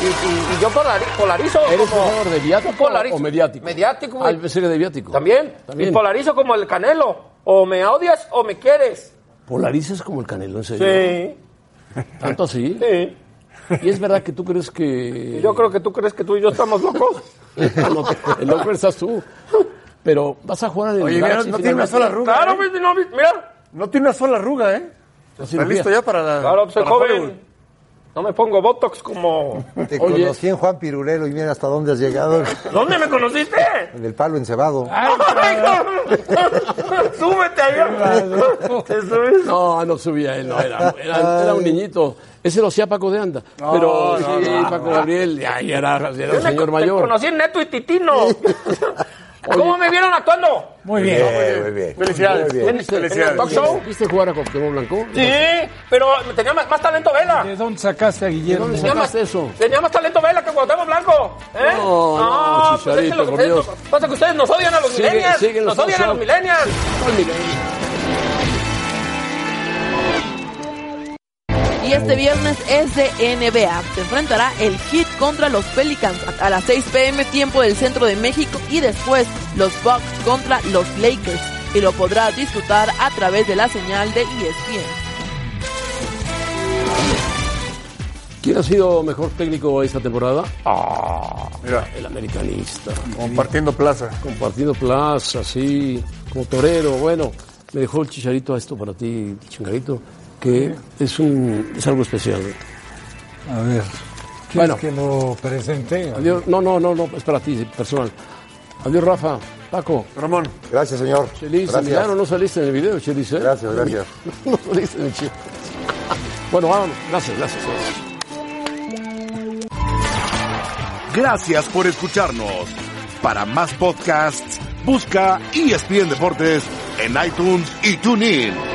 Speaker 8: Y, y- y yo polari- polarizo.
Speaker 11: ¿Eres
Speaker 8: como-
Speaker 11: jugador de viático
Speaker 8: polarizo.
Speaker 11: o mediático?
Speaker 8: Mediático, güey.
Speaker 11: Al de viático.
Speaker 8: También. Y polarizo como el canelo. O me odias o me quieres.
Speaker 11: ¿Polarizas como el canelo, en serio?
Speaker 8: Sí.
Speaker 11: ¿Tanto así?
Speaker 8: Sí.
Speaker 11: ¿Y es verdad que tú crees que.?
Speaker 8: Yo creo que tú crees que tú y yo estamos locos.
Speaker 11: No, el loco estás tú. Pero vas a jugar en el.
Speaker 8: Oye, mira,
Speaker 11: Galaxy
Speaker 8: no tiene una
Speaker 11: finalmente.
Speaker 8: sola arruga, Claro, ¿eh? pues, no, mira. Pues
Speaker 15: No tiene una sola arruga, ¿eh? ¿Estás listo ya para la.?
Speaker 8: Claro, pues, soy
Speaker 15: para
Speaker 8: joven.
Speaker 15: Hollywood?
Speaker 8: No me pongo Botox como...
Speaker 12: Te
Speaker 8: Oye,
Speaker 12: conocí en Juan Pirulero y mira hasta dónde has llegado.
Speaker 8: ¿dónde me conociste?
Speaker 12: En el palo encebado.
Speaker 8: ¡Súbete allá! ¿Te subes?
Speaker 11: No, no subía él, no, era, era- era un niñito. Ese lo hacía Paco de Anda.
Speaker 8: no,
Speaker 11: pero sí,
Speaker 8: no,
Speaker 11: Paco
Speaker 8: no.
Speaker 11: Gabriel, ya, ya era, ya era un
Speaker 8: Yo me-
Speaker 11: señor
Speaker 8: te
Speaker 11: mayor.
Speaker 8: conocí en Neto y Titino. ¿Cómo me vieron actuando?
Speaker 11: Muy
Speaker 8: bien.
Speaker 12: Muy bien.
Speaker 8: Felicidades.
Speaker 11: Muy bien.
Speaker 8: ¿En- Felicidades. en el talk show?
Speaker 11: ¿Viste jugar a Cuauhtémoc Blanco?
Speaker 8: Sí, pero tenía más, más talento Vela.
Speaker 14: ¿De dónde sacaste a Guillermo?
Speaker 8: ¿De dónde sacaste Tenía más talento Vela que Cuauhtémoc Blanco. ¿eh?
Speaker 14: No, no,
Speaker 8: Ah, pues es que
Speaker 14: Chicharito,
Speaker 8: los-
Speaker 14: por
Speaker 8: ustedes-
Speaker 14: Dios.
Speaker 8: pasa que ustedes nos odian a los
Speaker 11: Sigue-
Speaker 8: millennials.
Speaker 11: sigue los
Speaker 8: nos odian a los
Speaker 11: talk show.
Speaker 8: millennials.
Speaker 21: Y este viernes es de NBA. Se enfrentará el Heat contra los Pelicans a las 6 pm tiempo del centro de México y después los Bucks contra los Lakers. Y lo podrá disfrutar a través de la señal de E ESPN.
Speaker 11: ¿Quién ha sido mejor técnico esta temporada?
Speaker 8: Ah,
Speaker 15: Mira.
Speaker 11: El americanista.
Speaker 15: Compartiendo plaza.
Speaker 11: Compartiendo plaza, sí. Como torero, bueno. Me dejó el chicharito a esto para ti, chicharito, que es, un, es algo especial.
Speaker 14: A ver.
Speaker 11: Bueno.
Speaker 14: Bueno. que lo presenté?
Speaker 11: Adiós. No, no, no, no, es para ti, personal. Adiós, Rafa, Paco.
Speaker 15: Ramón.
Speaker 12: Gracias, señor.
Speaker 11: Chelis,
Speaker 12: Gracias.
Speaker 11: claro, no saliste en el video, Chelis, ¿eh?
Speaker 12: Gracias, gracias.
Speaker 11: No saliste en el video. Bueno, vámonos. Gracias, gracias.
Speaker 22: Gracias por escucharnos. Para más podcasts, busca ESPN Deportes en iTunes y TuneIn.